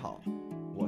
好，我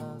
嗯，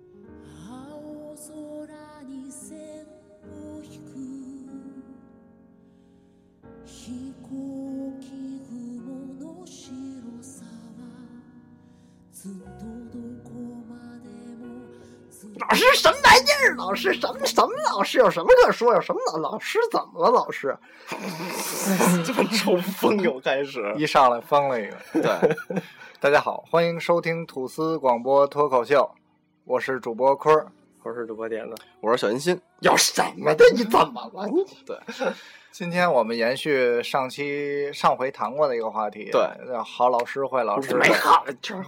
青空に線を引く飛行機雲の白さはずっとどこまでもずっと老师什么玩意儿？老师什么什么老师？有什么可说？有什么老老师怎么了？老师。这么抽风又开始一上来疯了一个。 对，大家好，欢迎收听吐司广播脱口秀，我是主播坤儿。我是主播点子，我是小欣欣。有什么的？你怎么了？你对。今天我们延续上期上回谈过的一个话题，呃对，好老师坏老师，没好，就是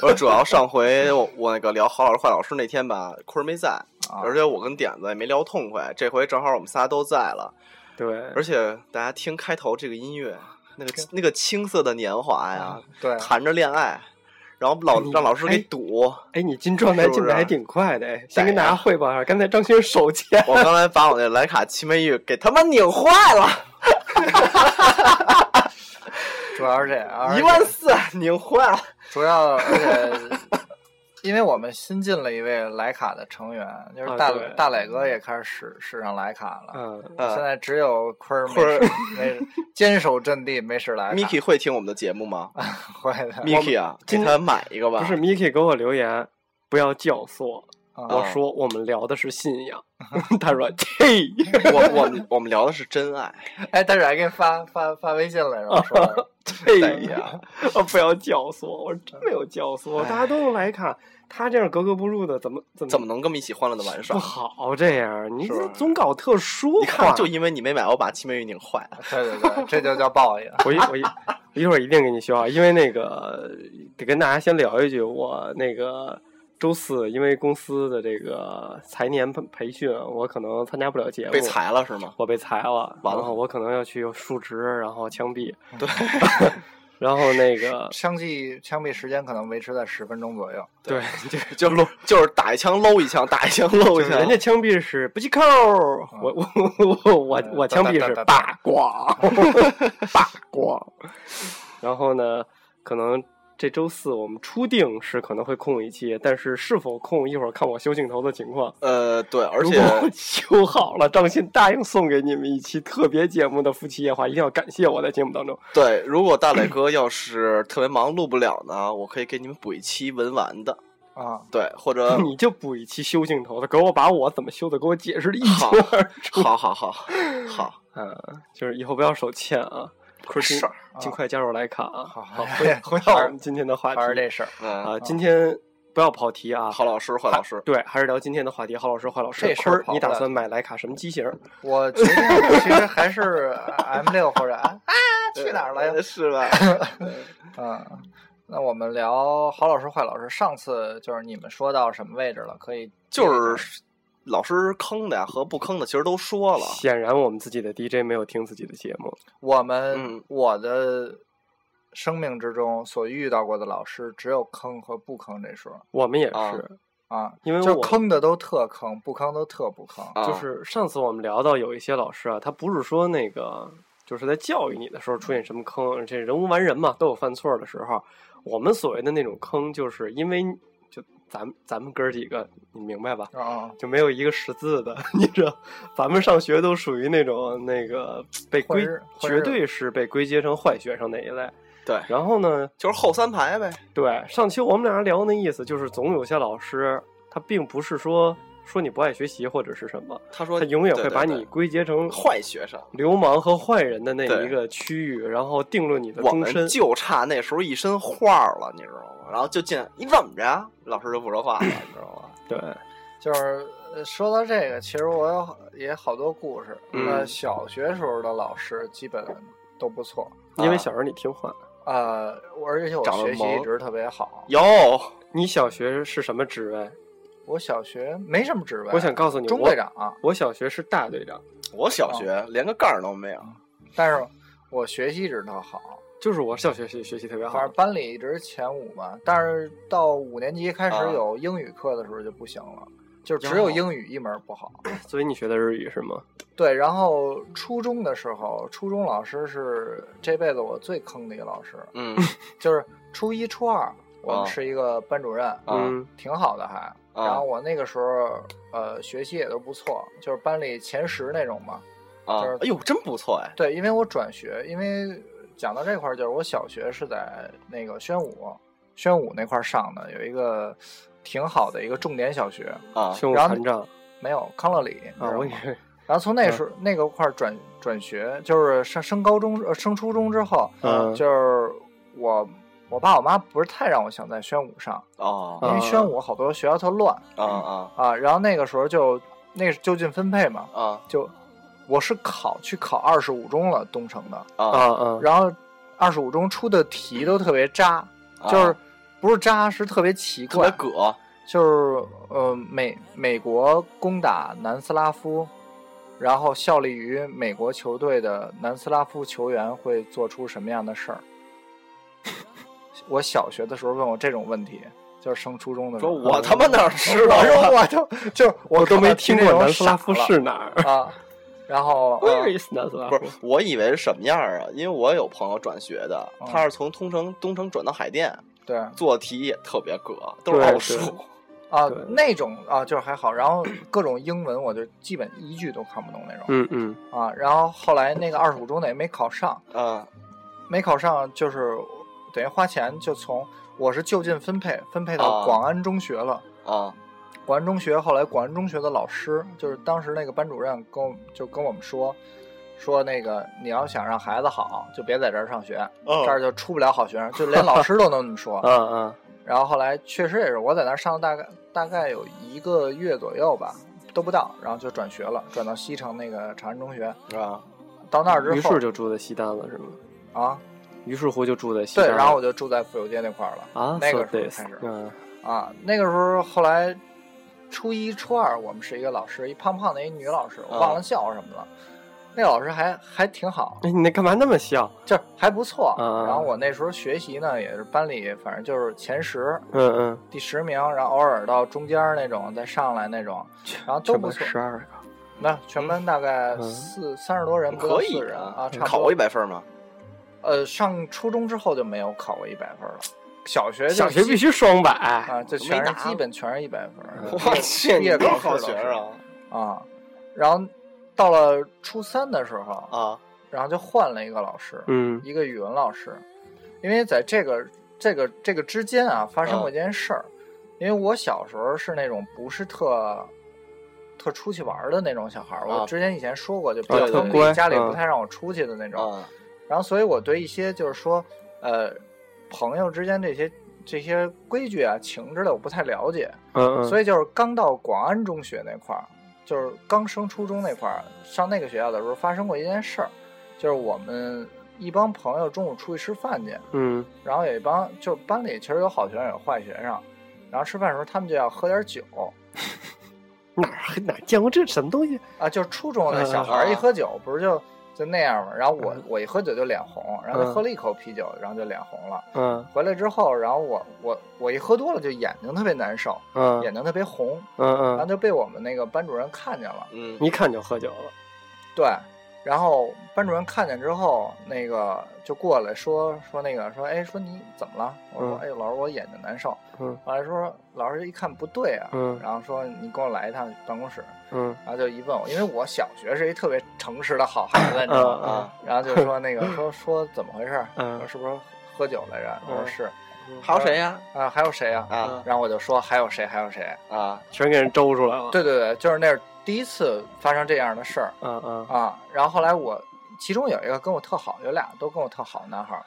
我呃主要上回我我那个聊郝老师坏老师那天吧，坤儿没在，啊，而且我跟点子也没聊痛快。这回正好我们仨都在了，对，而且大家听开头这个音乐，那啊个那个青涩的年华呀，对，啊谈着恋爱，然后老让老师给堵。哎，你进状态是不是进的还挺快的，哎，先对跟大家汇报一下，刚才张先生手欠，我刚才把我那徕卡七枚玉给他妈拧坏了，主要是这样，一万四拧坏了。主要而且， 因为我们新进了一位徕卡的成员，就是啊大、对大磊哥也开始使使上徕卡了。呃嗯，嗯现在只有坤儿没坤儿使没坚守阵地，没使徕 卡。 Miki 会听我们的节目吗 坏的， ？Miki 啊，给他买一个吧。不是 Miki 给我留言，不要教唆，啊我说我们聊的是 信仰，他说嘿，我我们我们聊的是真爱，哎，大蕊还给你发发发微信来着，说 嘿哎呀，我不要教唆，我说真没有教唆，哎大家都用徕卡，他这样格格不入的，怎么怎么怎么能跟我们一起欢乐的玩耍不？好这样？你是吧总搞特殊一看化，就因为你没买，我把七妹玉拧坏哎了。对对对，这就叫报应。我一我一我一会儿一定给你修啊，因为那个得跟大家先聊一句，我那个周四因为公司的这个财年培培训，啊我可能参加不了节目，被裁了是吗？我被裁了，完了嗯然后我可能要去述职，然后枪毙，对， 然后那 个相继枪毙时间可能维持在十分钟左右。对， 就就是打一枪搂一枪，打一枪搂一枪。嗯人家枪毙是不系扣，我我我我呃我枪毙是八 卦八卦。然后呢，可能这周四我们初定是可能会空一期，但是是否空一会儿看我修镜头的情况。呃，对，而且如果我修好了，张鑫答应送给你们一期特别节目的夫妻夜话，一定要感谢我在节目当中。对，如果大磊哥要是特别忙录不了呢， 我可以给你们补一期文玩的，啊，对，或者你就补一期修镜头的，给我把我怎么修的给我解释的一清好二楚。好好好 好，嗯，就是以后不要手欠啊，坤儿尽事儿尽快加入徕卡啊。好好，回回好到我们今天的话还是题这事儿，嗯，啊，今天不要跑题啊。好老师，坏老师， 对，还是聊今天的话题。郝老师，郝老师这，事坤儿儿，跑你不打了算买徕卡什么机型？我决定其实还是 M 六或者啊啊去哪儿了呀？呃是吧？嗯，那我们聊好老师坏老师。上次就是你们说到什么位置了？可以就是老师坑的呀和不坑的，其实都说了。显然我们自己的 DJ 没有听自己的节目。我们、嗯我的生命之中所遇到过的老师，只有坑和不坑这说我们也是，啊啊，因为就我坑的都特坑，不坑都特不坑。啊就是上次我们聊到有一些老师啊，他不是说那个，就是在教育你的时候出现什么坑，这人无完人嘛，都有犯错的时候。我们所谓的那种坑，就是因为就咱们咱们哥儿几个，你明白吧？啊，就没有一个识字的， 你知道，咱们上学都属于那种那个被混归日，混日绝对是被归结成坏学生那一类。对然后呢，就是后三排呗。对上期我们俩人聊那意思，就是总有些老师他并不是说说你不爱学习或者是什么，他说他永远对会对把对你归结成坏学生，流氓和坏人的那对一个区域，然后定论你的我终身们。就差那时候一身话儿了，你知道吗？然后就进来，你怎么着呀？老师就不说话了，你知道 吗？对，就是呃说到这个，其实我有也好多故事。嗯那小学时候的老师基本都不错，因为小时候你听话，呃，我而且我长得学习萌一直特别好。有你小学是什么职位？我小学没什么职位，我想告诉你，中我队长，我小学是大队长，我小哦学连个杠儿都没 有，但是我学习一直特好，就是我小学学学习特别好反。正班里一直前五嘛。但是到五年级开始啊有英语课的时候就不行了，就只有英语一门不好。所以你学的日语是吗？对，然后初中的时候，初中老师是这辈子我最坑的一个老师， 嗯就是初一、初二，我啊们是一个班主任，啊嗯，挺好的还。然后我那个时候，呃，学习也都不错，就是班里前十那种嘛。啊就是！哎呦，真不错哎！对，因为我转学，因为讲到这块儿，就是我小学是在那个宣武，宣武那块儿上的，有一个挺好的一个重点小学，啊胸无然后残障没有康乐里啊！我以也。为然后从嗯那时候、那个块儿转转学，就是上升高中、呃、升初中之后，嗯就是我我爸我妈不是太让我想在宣武上，啊嗯因为宣武好多学校特乱啊啊啊。然后那个时候就那是就近分配嘛，啊就我是考去考二十五中了东城的，啊啊！啊，然后二十五中出的题都特别渣，啊就是不是渣是特别奇特别怪，啊葛就是呃美美国攻打南斯拉夫，然后效力于美国球队的南斯拉夫球员会做出什么样的事儿？ 我小学的时候问我这种问题，就是升初中的时说候，嗯啊我他妈哪知道 我啊说我就就我我看都到没题听那过种南斯拉傻夫了是哪儿啊，然 后？Where is 南斯拉不夫？是，我以为是什么样儿啊？因为我有朋友转学的，嗯他是从东城东城转到海淀，对做题也特别葛，都是对奥对数。啊对那种啊就是还好，然后各种英文我就基本一句都看不懂那种嗯嗯，啊，然后后来那个二十五中的也没考上。啊没考上，就是等于花钱就从我是就近分配，分配啊到广安中学了。啊广安中学后来广安中学的老师，就是当时那个班主任跟我就跟我们说，说那个你要想让孩子好，就别在这儿上学，哦嗯这儿就出不了好学生，就连老师都能这么啊说。啊，然后后来确实也是，我在那儿上了大概大概有一个月左右吧，都不到，然后就转学了，转到西城那个长安中学。啊！到那儿于之后是就住在西单了，是吗？啊，于是乎就住在西对，单了。然后我就住在府右街那块儿了。啊，那个时 so 候 this，开始，嗯啊，那个时候后来初一、初二，我们是一个老师，一胖胖的一女老师，我忘了叫什么了。那老师还还挺好，哎，你那干嘛那么笑？就是还不错。啊然后我那时候学习呢，也是班里反正就是前十、嗯嗯，第十名，然后偶尔到中间那种，再上来那种，然后都全不班错。十二个，那全班大概嗯四三十多人，不到可以四人啊，差考不过一多。百分吗？呃，上初中之后就没有考过一百分了，小学就小学基必须双百。啊，就没全拿是基本全是一百分。我毕业去，毕你业都是考试好都学是生啊，然后到了初三的时候，啊然后就换了一个老师，嗯一个语文老师，因为在这个这个这个之间啊，发嗯生过一件事儿，因为我小时候是那种不是特。特出去玩儿的那种小孩儿，啊我之前以前说过，就比较对对封对闭，家里嗯不太让我出去的那种。啊然后，所以我对一些就是说，呃，朋友之间这些这些规矩啊、情之类，我不太了解。嗯嗯，所以以就是刚到广安中学那块儿，就是刚升初中那块儿，上那个学校的时候发生过一件事儿，就是我们一帮朋友中午出去吃饭去，嗯然后有一帮就班里其实有好学生有坏学生，然后吃饭的时候他们就要喝点酒哪儿哪儿见过这什么东西？啊，就是初中嗯的小孩儿一喝酒不是就就那样嘛，然后我我一喝酒就脸红，然后就喝了一口啤酒，然后就脸红了。嗯回来之后，然后我我我一喝多了就眼睛特别难受，嗯眼睛特别红，嗯然后嗯，就被我们那个班主任看见了。嗯一看就喝酒了。对，然后班主任看见之后，那个就过来说说那个说，哎，说你怎么了？我说，嗯哎，老师，我眼睛难受。嗯完了说，老师一看不对啊，嗯然后说你跟我来一趟办公室，嗯然后就一问我，因为我小学是一特别诚实的好孩子，你知道吗？嗯然后就说那个说说怎么回事儿？嗯说是不是喝酒来着？我说嗯是还有谁呀？啊，还有谁啊？啊然后我就说还有谁还有谁？啊，全给人周出来了。，对对对，就是那是第一次发生这样的事儿嗯嗯啊。然后后来我其中有一个跟我特好，有俩都跟我特好的男孩儿，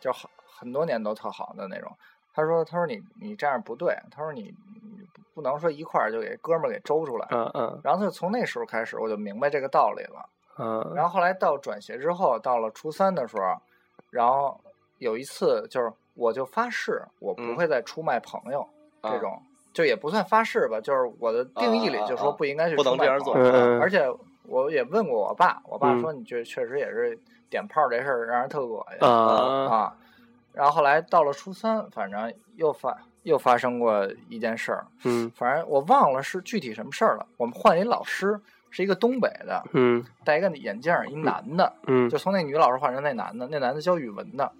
就很很多年都特好的那种。他说他说你你这样不对，他说你你不不能说一块儿就给哥们儿给周出来。嗯嗯然后就从那时候开始，我就明白这个道理了。嗯然后后来到转学之后，到了初三的时候，然后有一次就是我就发誓我不嗯会再出卖朋友、啊这种，就也不算发誓吧，就是我的定义里就啊啊说啊不应该去不出能卖这朋友，样做。嗯，而且我也问过我爸，我爸嗯说你这确实也是点炮这事儿让人特恶心、啊啊。然后后来到了初三，反正又发又发生过一件事儿，嗯反正我忘了是具体什么事儿了。我们换一老师，是一个东北的，嗯戴一个眼镜儿，一男的，嗯就从那女老师换成那男的，那男的教语文的，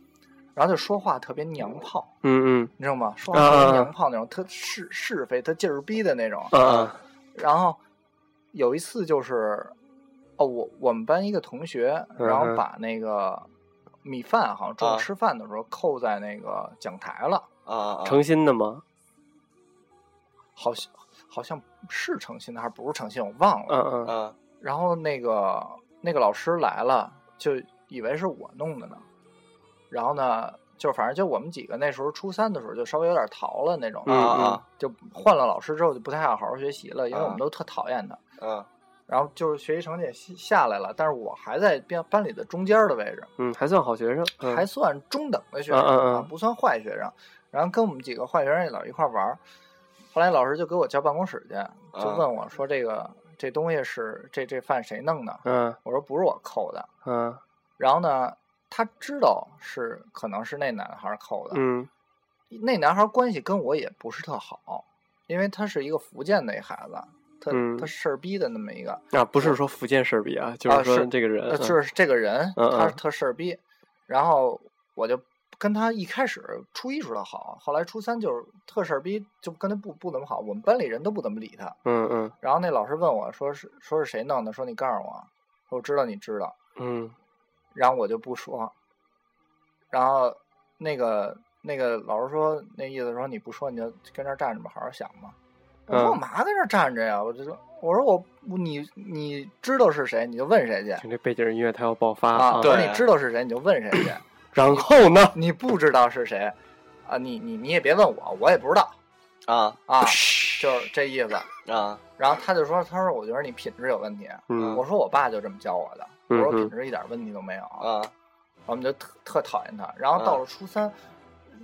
然后就说话特别娘炮，嗯你知道吗？说话特别啊娘炮那种，特是是非，特劲儿逼的那种。嗯啊然后有一次就是，哦，我我们班一个同学，然嗯后哼把那个米饭好像中啊午吃饭的时候扣在那个讲台了，啊啊！诚心的吗？好像好像是诚心的还是不是诚心，我忘了。嗯嗯啊然后那个那个老师来了，就以为是我弄的呢。然后呢，就反正就我们几个那时候初三的时候就稍微有点逃了那种，啊嗯啊就换了老师之后就不太爱好好学习了，因为啊我们都特讨厌他。啊！然后就是学习成绩也下下来了，但是我还在班班里的中间的位置，嗯，还算好学生。嗯还算中等的学生、嗯嗯嗯啊，不算坏学生。然后跟我们几个坏学生老一块玩儿，后来老师就给我叫办公室去，就啊问我说：“这个、这东西是这这饭谁弄的？”嗯我说不是我扣的。嗯然后呢，他知道是可能是那男孩扣的，嗯那男孩关系跟我也不是特好，因为他是一个福建的一孩子，他、嗯他事儿逼的那么一个，啊，不是说福建事儿比啊，就啊说是这个人呃，就是这个人、嗯他嗯特事儿逼，然后我就。跟他一开始初一处的好，后来初三就是特事儿逼，就跟他不不怎么好。我们班里人都不怎么理他，嗯嗯然后那老师问我说是说是谁弄的，说你告诉我，说我知道你知道，嗯然后我就不说。然后那个那个老师说，那意思说你不说你就跟这儿站着吧，好好想吧。我嗯说我嘛跟这儿站着呀？我就说我说我你你知道是谁你就问谁去听这背景音乐，它要爆发啊？对我说你知道是谁你就问谁去，然后呢？你不知道是谁啊？你你你也别问我，我也不知道啊啊，就是这意思。啊然后他就说，他说我觉得你品质有问题。啊嗯我说我爸就这么教我的，我嗯说我嗯品质一点问题都没有啊啊！我们就特特讨厌他。然后到了初三，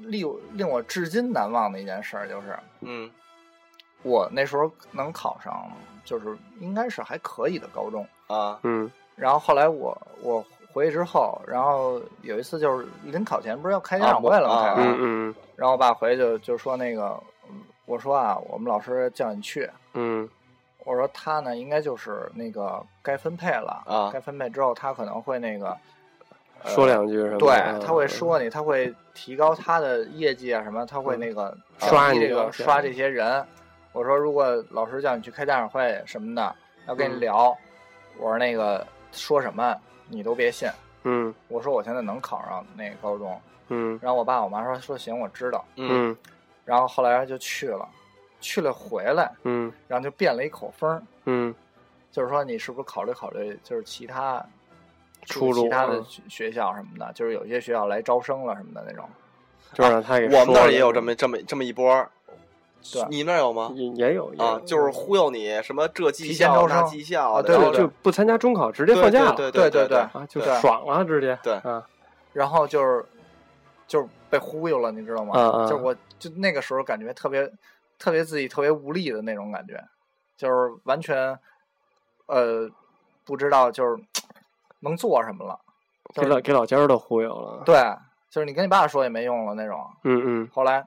令我令我至今难忘的一件事儿就是，嗯我那时候能考上，就是应该是还可以的高中。啊嗯然后后来我我回去之后，然后有一次就是临考前不是要开家啊长会了吗？啊开完嗯嗯然后我爸回去就就说那个，嗯我说啊，我们老师叫你去。嗯我说他呢，应该就是那个该分配了啊该分配之后，他可能会那个说两句什么的？啊嗯对，他会说你，他会提高他的业绩啊什么，他会那个嗯刷奖励你这的个对刷这些人。我说如果老师叫你去开家长会什么的，要跟你嗯聊，我说那个说什么你都别信。嗯我说我现在能考上那个高中，嗯然后我爸我妈说说行，我知道。嗯嗯然后后来就去了，去了回来，嗯然后就变了一口风儿，嗯就是说你是不是考虑考虑，就是其他出路其他的嗯学学校什么的，就是有些学校来招生了什么的那种。就让他给我们那说儿也了有这么这么这么一波，对你那儿有吗？也也有啊，就是忽悠你什么这绩效那绩效，对然啊对，后就不参加中考，直接放假了，对对对对对啊，就对爽了，直接对啊，然后就是就是被忽悠了，你知道吗？嗯嗯就是我就那个时候感觉特别特别自己特别无力的那种感觉，就是完全呃不知道就是能做什么了。给老给老家儿都忽悠了，对，就是你跟你爸说也没用了那种。嗯嗯，后来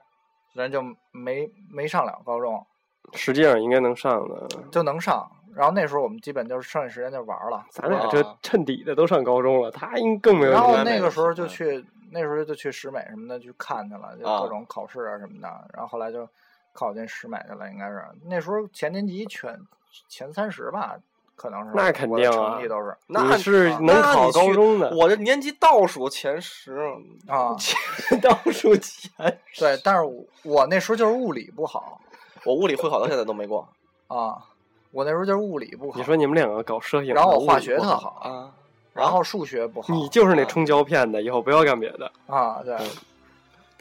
人就没没上了高中，实际上应该能上的，就能上，然后那时候我们基本就是剩下时间就玩了。咱俩这趁底的都上高中了，他应更啊没有然后问没题。那有个时候时就间去，那时候就去石美什么的去看去了，就啊各种考试啊什么的。然后后来就考进石美去了，应该是那时候前年级全前三十吧，可能是那肯定啊我的成绩都是那你是啊能考高中那的你去，我这年级倒数前十，啊， 倒数前 对。但是我我那时候就是物理不好我物理会考到现在都没过啊，我那时候就是物理不好，你说你们两个搞摄影的，然后我物化理学不特好，好，啊。然后数学不好，你就是那啊冲胶片的，以后不要干别的。啊对。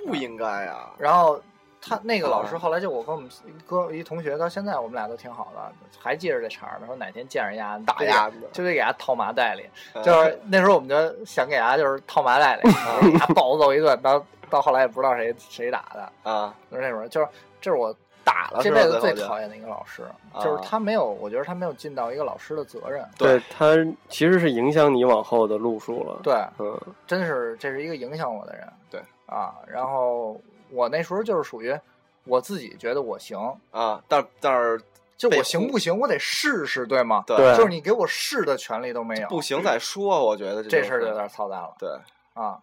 不应该啊，然后他那个老师啊后来就我跟我们一哥一同学，到现在我们俩都挺好的，还记着这茬儿呢。说哪天见着丫打就压给就得给他套麻袋里，嗯哎就是那时候我们就想给他就是套麻 袋里，给他暴揍一顿，到到后来也不知道谁谁打的，啊，就是那种就是这是我打了这是吧辈子最后就讨厌的一个老师，啊就是他没有，我觉得他没有尽到一个老师的责任，对他其实是影响你往后的路数了。，对，嗯，真是这是一个影响我的人，对啊，然后我那时候就是属于我自己觉得我行，啊，但但是就被我行轰不行，我得试试，对吗？对对就是你给我试的权利都没有，不行再说，我觉得这就事儿就是有点操蛋了对，啊！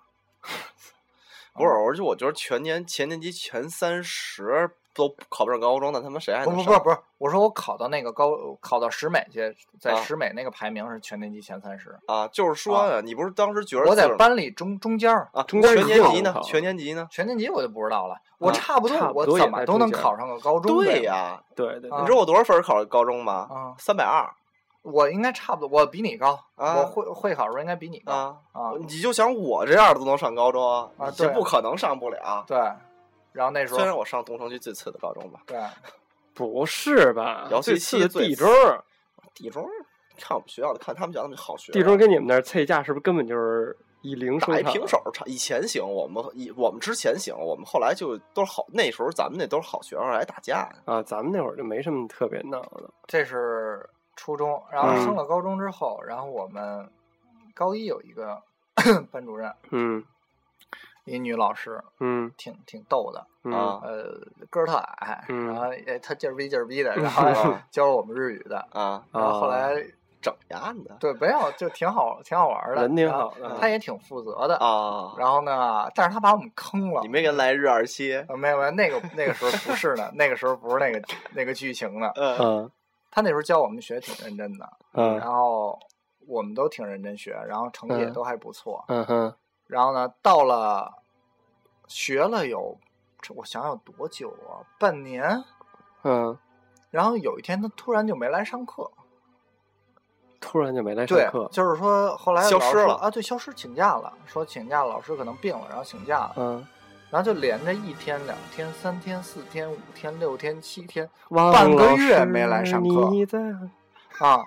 不是，嗯而且我觉得全年前年级前三十都考不上高中，那他妈谁还不能不上不不是，我说我考到那个高，考到石美去，在啊石美那个排名是全年级前三十，啊？就是说啊呀，你不是当时觉得我在自个儿班里中中间儿，啊，中间全一年个级呢考，全年级呢？全年级我就不知道了。我啊差不多，差不我多怎也么在都中能间儿考上个高中。对呀、呀，对对对啊你知道我多少分儿考上高中吗？啊，三百二我应该差不多，我比你高，啊我会会考时候应该比你高啊！啊你就想我这样的都能上高中啊这对不可能上不了。对，然后那时虽然候我上东城区最次的高中吧，对，不是吧姚？最最次的最地次中儿，地中看我们学校的，看他们学校那么好学，地中儿跟你们那儿菜价是不是根本就是以零收打一场平手差。以前行，我们以我们之前行，我们后来就都是好，那时候咱们那都是好学生来打架呀。啊？咱们那会儿就没什么特别闹的。这是初中，然后嗯升了高中之后，然后我们高一有一个 班主任，嗯一女老师，嗯挺挺逗的，嗯啊呃，个儿特矮，嗯然后也她劲儿逼劲儿逼的，然后 教我们日语的，啊，然后后哦来整丫的对没有就挺好，挺好玩的，人挺然后好的啊哦她也挺负责的，啊！然后呢，但是她把我们坑了你。没给人来日二七，呃没有没有，那个那个时候不是的，那个时候不是那个那个剧情的。呃，嗯她那时候教我们学挺认真的，嗯然后我们都挺认真学，然后成绩也嗯都还不错。嗯哼，然后呢，到了学了有，这我想想有多久啊，半年。嗯，然后有一天，他突然就没来上课，突然就没来上对课，。就是说后来消老师失说了啊，对，消失请假了，说请假，老师可能病了，然后请假了，嗯，然后就连着一天、两天、三天、四天、五天、六天、七天半半个月没来上课你在啊，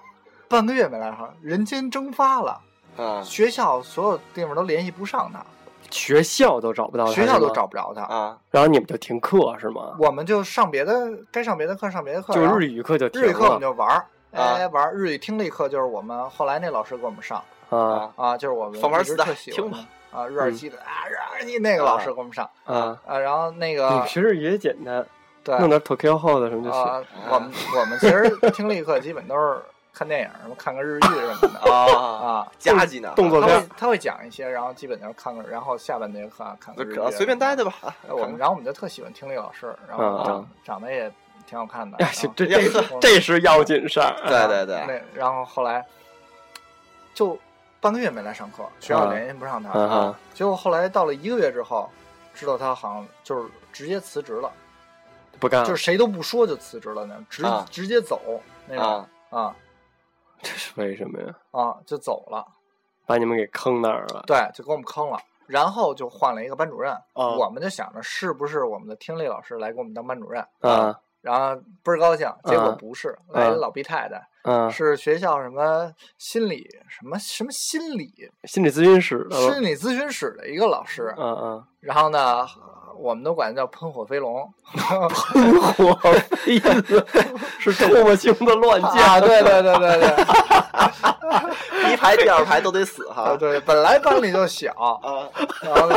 半个月没来上，人间蒸发了，嗯啊学校所有地方都联系不上他，学校都找不到他，学校都是吗找，不着他，啊然后你们就停课是吗？我们就上别的，该上别的课上别的课，就然后日语课就停啊日语了课我们就玩儿，啊哎，玩儿日语听力课就是我们后来那老师给我们上啊啊啊，就是我们放玩一直四代特喜欢听的吧啊，日耳嗯其的啊，日耳其那个老师给我们上啊！啊，然后那你个平时也简单，对弄点 Tokyo 后的什么就行。啊，我们我们其实听力课基本都是看电影儿，什么看个日剧什么的啊！ 啊。加级呢，动作他片会他会讲一些，然后基本就是看个，然后下半节课啊看个就日可剧，哎随便待。的吧。啊我们然后我们就特喜欢听力老师，然后啊长长得也挺好看的。啊然，呀后哎这这 我们这是要紧事儿。对对对，那然后后来就半个月没来上课，学校嗯啊联系不上他。啊哈结果后来到了一个月之后，知道他好像就是直接辞职了，不嗯干了，就是谁都不说就辞职了呢，直、啊直接走那种啊啊这是为什么呀？啊就走了，把你们给坑那儿了。对，就给我们坑了。然后就换了一个班主任，嗯我们就想着是不是我们的听力老师来给我们当班主任，嗯啊然后倍儿高兴，结果啊不是，来了老毕太太，嗯啊，是学校什么心理什么什么心理心理咨询室的心了。理咨询室的一个老师，啊啊， 然后呢，我们都管他叫喷火飞龙我意思是唾沫星子乱 啊，溅。对对对对对第一排、第二排都得死 啊哈。对，本来班里就小，啊 然后呢，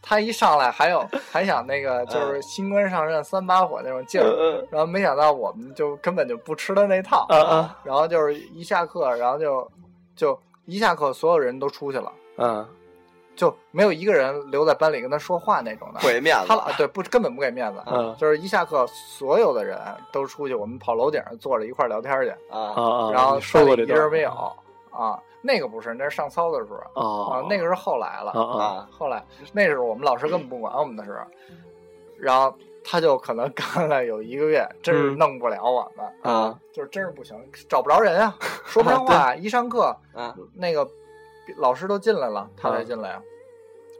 他一上来还有还想那个就是新官上任三把火那种劲儿，嗯然后没想到我们就根本就不吃他那套，嗯啊然后就是一下课，然后就就一下课所有人都出去了，啊嗯就没有一个人留在班里跟他说话那种的。不给面他子，老啊对不根本不给面子，啊嗯就是一下课所有的人都出去，我们跑楼顶上坐着一块儿聊天去，啊啊，啊！然后你说过这一人段没有啊，那个不是，那是上操的时候哦啊，那个是后来了啊啊啊后来那时候我们老师根本不管我们的时候，然后他就可能干了有一个月，真是嗯弄不了我们，啊就是真是不行，找不着人啊，说不 上话、一上课啊，那个老师都进来了，他嗯才进来呀、啊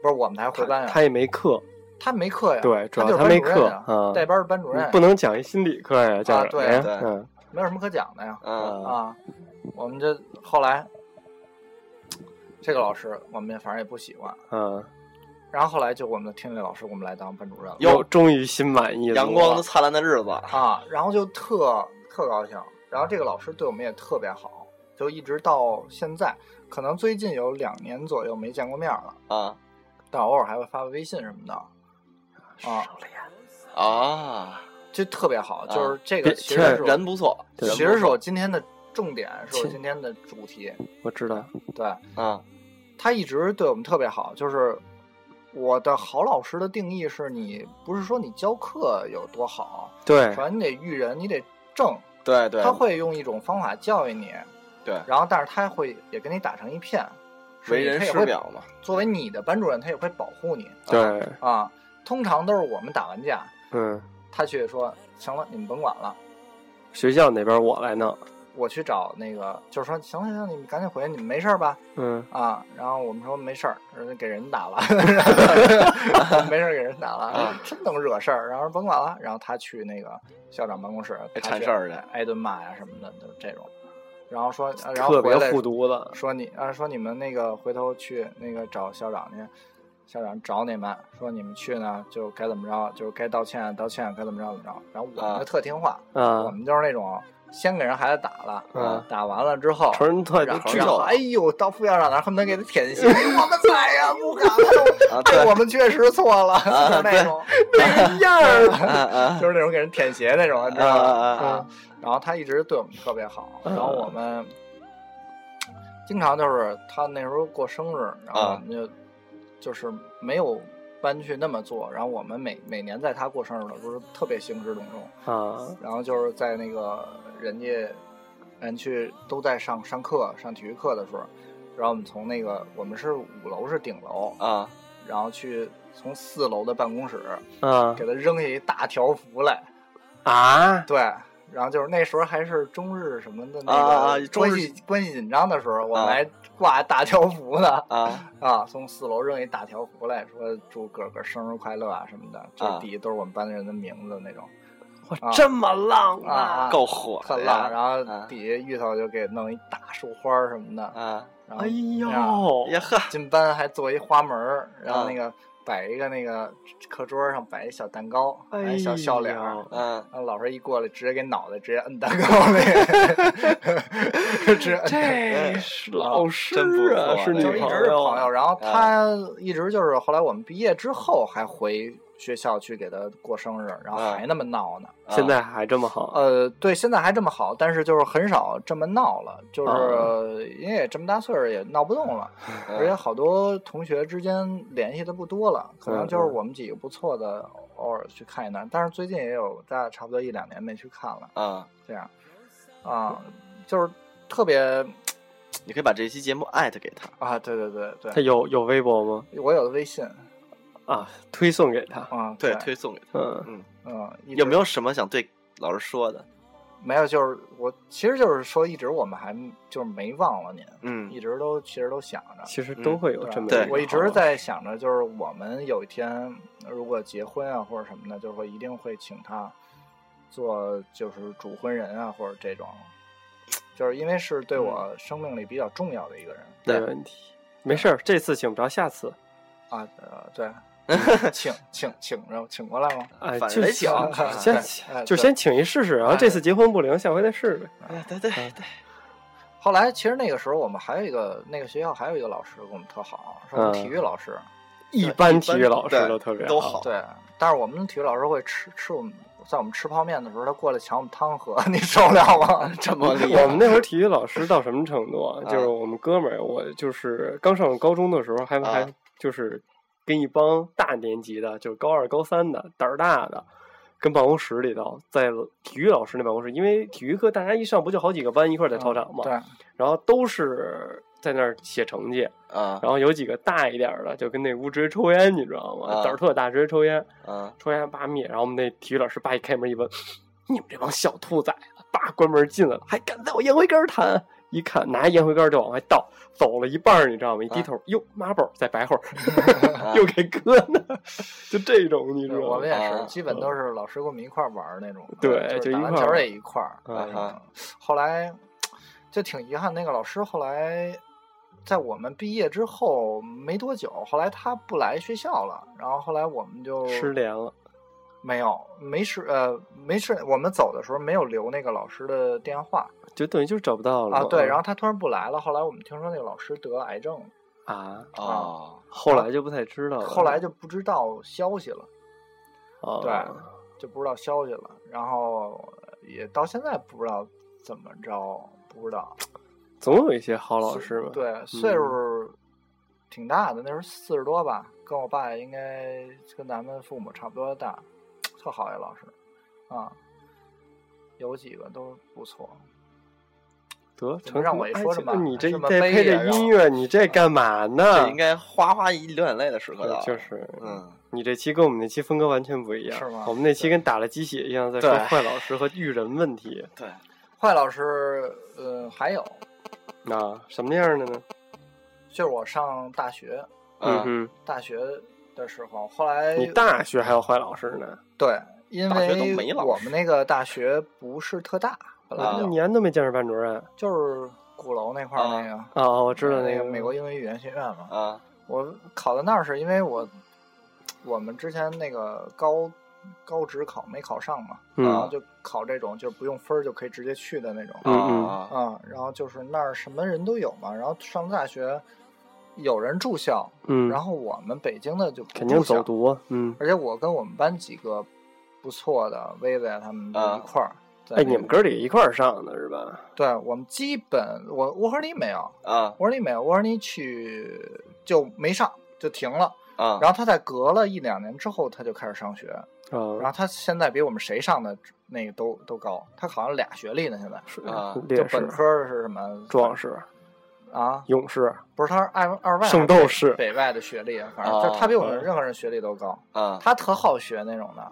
不是我们才回班啊他呀、他也没课，他没课呀，对主他要就是班他没主任课呀，嗯带班是班主任呀，不能讲一心理课呀，啊叫什么对呀？对嗯没有什么可讲的呀嗯啊啊。我们这后来这个老师我们反正也不喜欢，嗯，然后后来就我们的听力老师我们来当班主任了。哟又终于心满意足了，阳光的灿烂的日子，啊，然后就特特高兴。然后这个老师对我们也特别好，就一直到现在，可能最近有两年左右没见过面了，啊但偶尔还会发个微信什么的。啊，啊，这特别好，啊就是这别个其确实实是人不错，对其实是我今天的重点，是我切今天的主题。我知道，对啊他一直对我们特别好，就是我的好老师的定义是你不是说你教课有多好，对首，先你得育人，你得正，对对他会用一种方法教育你，对，然后但是他会也跟你打成一片，是为你人他也师会表嘛，作为你的班主任，他也会保护你对，啊。通常都是我们打完架，嗯，他去说行了，你们甭管了，学校那边我来弄，我去找那个，就是说行了行了，你们赶紧回去，你们没事儿吧？嗯啊，然后我们说没事儿，人家给人打了， 没事儿给人打了啊，真能惹事儿。然后说甭管了，然后他去那个校长办公室哎他铲去事儿去挨顿骂呀什么的，就这种。然后说，呃然后特别回来护犊子，说你啊，说你们那个回头去那个找校长去，校长找你们，说你们去呢就该怎么着，就是该道歉啊道歉啊，该怎么着怎么着。然后我们啊就特听话，我啊，们就是那种先给人孩子打了，啊打完了之后。成人特然后知然后道了哎呦，到副校长那儿恨不得给他 舔鞋，我们踩呀，不 敢了，啊哎对我们确实错了，就是那 种那个样啊儿，啊就是那种给人舔鞋那种，你知啊道吗？啊啊啊，然后他一直对我们特别好，嗯然后我们经常就是他那时候过生日，然后我们就就是没有搬去那么做，然后我们每每年在他过生日的时候特别兴师动众，啊，然后就是在那个人家人去都在上上课上体育课的时候，然后我们从那个我们是五楼是顶楼，啊然后去从四楼的办公室啊给他扔下一大条幅来。啊，对，然后就是那时候还是中日什么的那啊啊个中关日系、关系紧张的时候，我们啊还挂大条幅呢啊 啊，从四楼扔一大条幅来说祝哥哥生日快乐啊什么的，这啊底下都是我们班的人的名字那种我这么浪啊啊，够火特的浪，呀然后啊底下芋头就给弄一大束花儿什么的，啊，然后哎呦，呀呵，进班还做一花门儿，然后啊那个摆一个那个课桌上摆一小蛋糕，哎摆一小笑脸儿呦。嗯，然后老师一过来，直接给脑袋直接摁蛋糕里，直接摁这是老师真不啊，错是这女就个一朋直是朋友。友，啊然后他一直就是后来我们毕业之后还回学校去给他过生日，然后还那么闹呢。啊现在还这么好，呃，对，现在还这么好，但是就是很少这么闹了，就是、因为也这么大岁数也闹不动了，嗯而且好多同学之间联系的不多了，可能就是嗯嗯我们几个不错的偶尔去看一看，但是最近也有大概差不多一两年没去看了，啊，这样啊，就是特别你可以把这期节目艾特给他，啊，对对对他对，有有微博吗？我有的微信啊，推送给他，啊，对，推送给他。嗯嗯，嗯，一直有没有什么想对老师说的？没有？就是我其实就是说，一直我们还就是没忘了您，嗯一直都其实都想着，其实都会有这么对个我一好直在想着，就是我们有一天如果结婚啊或者什么的，就是会一定会请他做就是主婚人啊或者这种，就是因为是对我生命里比较重要的一个人没问题，没事儿，这次请不着，下次啊，呃，对，请请请着请过来吗？哎，反就正得请先对哎就对先请一试试，然后哎这次结婚不灵，下回再试呗。哎，对对对，后来其实那个时候我们还有一个那个学校还有一个老师跟我们特好，是我们体育老师，一般体育老师对都特别都好好， 对，但是我们体育老师会吃吃我们，在我们吃泡面的时候，他过来抢我们汤喝， 你受得了吗？这么厉我们害，那会儿体育老师到什么程度啊？啊就是我们哥们儿，我就是刚上高中的时候还，还、啊就是跟一帮大年级的，就是高二、高三的，胆儿大的，跟办公室里头，在体育老师那办公室，因为体育课大家一上不就好几个班一块儿在操场嘛，对，然后都是在那儿写成绩，啊然后有几个大一点儿的就跟那屋直接抽烟，你知道吗？啊胆儿特大，直接抽烟，啊抽烟叭灭，然后我们那体育老师叭一开门一问，你们这帮小兔崽子，叭关门进来了，还敢在我烟灰缸弹？一看拿烟灰缸就往外倒，走了一半儿你知道吗？一低头，啊哟妈宝再白 会儿，又给搁那，就这种你知我道们吗？也是，啊基本都是老师跟我们一块儿玩儿那种，啊对就就打篮是一块儿球玩也一块儿。啊哈后来就挺遗憾，那个老师后来在我们毕业之后没多久，后来他不来学校了，然后后来我们就失联了，没有没失呃没失，我们走的时候没有留那个老师的电话就等于就是找不到了嗯啊，嘛对，然后他突然不来了，后来我们听说那个老师得癌症了，啊啊，啊后来就不太知道了，后来就不知道消息了。啊对就不知道消息了，然后也到现在不知道怎么着，不知道。总有一些好老师嘛，对，岁数嗯挺大的，那时候四十多吧，跟我爸应该跟咱们父母差不多大，特好一老师啊，有几个都不错。得怎么成让我一说哎这么你这这么再悲也配着让音我乐，你这干嘛呢？这应该哗哗一流眼泪的时刻嗯对到，就是嗯，你这期跟我们那期风格完全不一样，是吗我们那期跟打了鸡血一样，在说对坏老师和育人问题。对，坏老师，呃，还有啊，什么样的呢？就是我上大学，哎嗯，嗯大学的时候，后来哼，你大学还有坏老师呢？对，因大学都没为老我师们那个大学不是特大，本来啊一就年都没见着班主任。啊就是鼓楼那块儿那个。哦，我知道那个呃哎美国英语语言学院嘛。啊我考到那儿是因为我我们之前那个高高职考没考上嘛，然后嗯就考这种就是不用分儿就可以直接去的那种嗯嗯啊啊、然后就是那儿什么人都有嘛，然后上大学有人住校，嗯，然后我们北京的就不肯定住校走，读啊。嗯，而且我跟我们班几个不错的薇薇啊他们就啊一块儿在那哎，个。你们哥儿几个一块儿上的是吧？对我们基本我乌合里没有，啊乌合里没有，乌合里去就没上就停了。啊，然后他在隔了一两年之后，他就开始上学，然啊后，他现在比我们谁上的那个都都高，他好像俩学历呢，现在是啊烈就士本、科是什么壮士、啊？勇士，不是，他是二二外圣斗士还是北北外的学历，反正啊就是他比我们任何人学历都高，啊，他特好学那种的，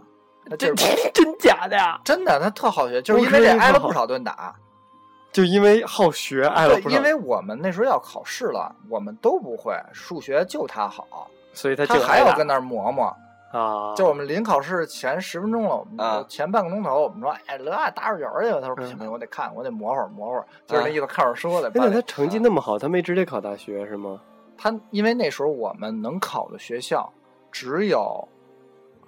他 就是真假的呀？真的他特好学，就是我因为觉得这你挨特了好不少顿打。就因为好学爱了对不，少因，为我们那时候要考试了，我们都不会数学，就他好，所以他他就还挨要打跟那儿磨磨。啊，就我们临考试前十分钟了，我们啊前半个钟头，我们说，哎，乐啊，打会儿球去吧。嗯他说不行不行，我得看，我得磨会儿磨会儿，就是那意思，看会儿书得哎。那把他那。成绩那么好，他没直接考大学是吗？他因为那时候我们能考的学校只有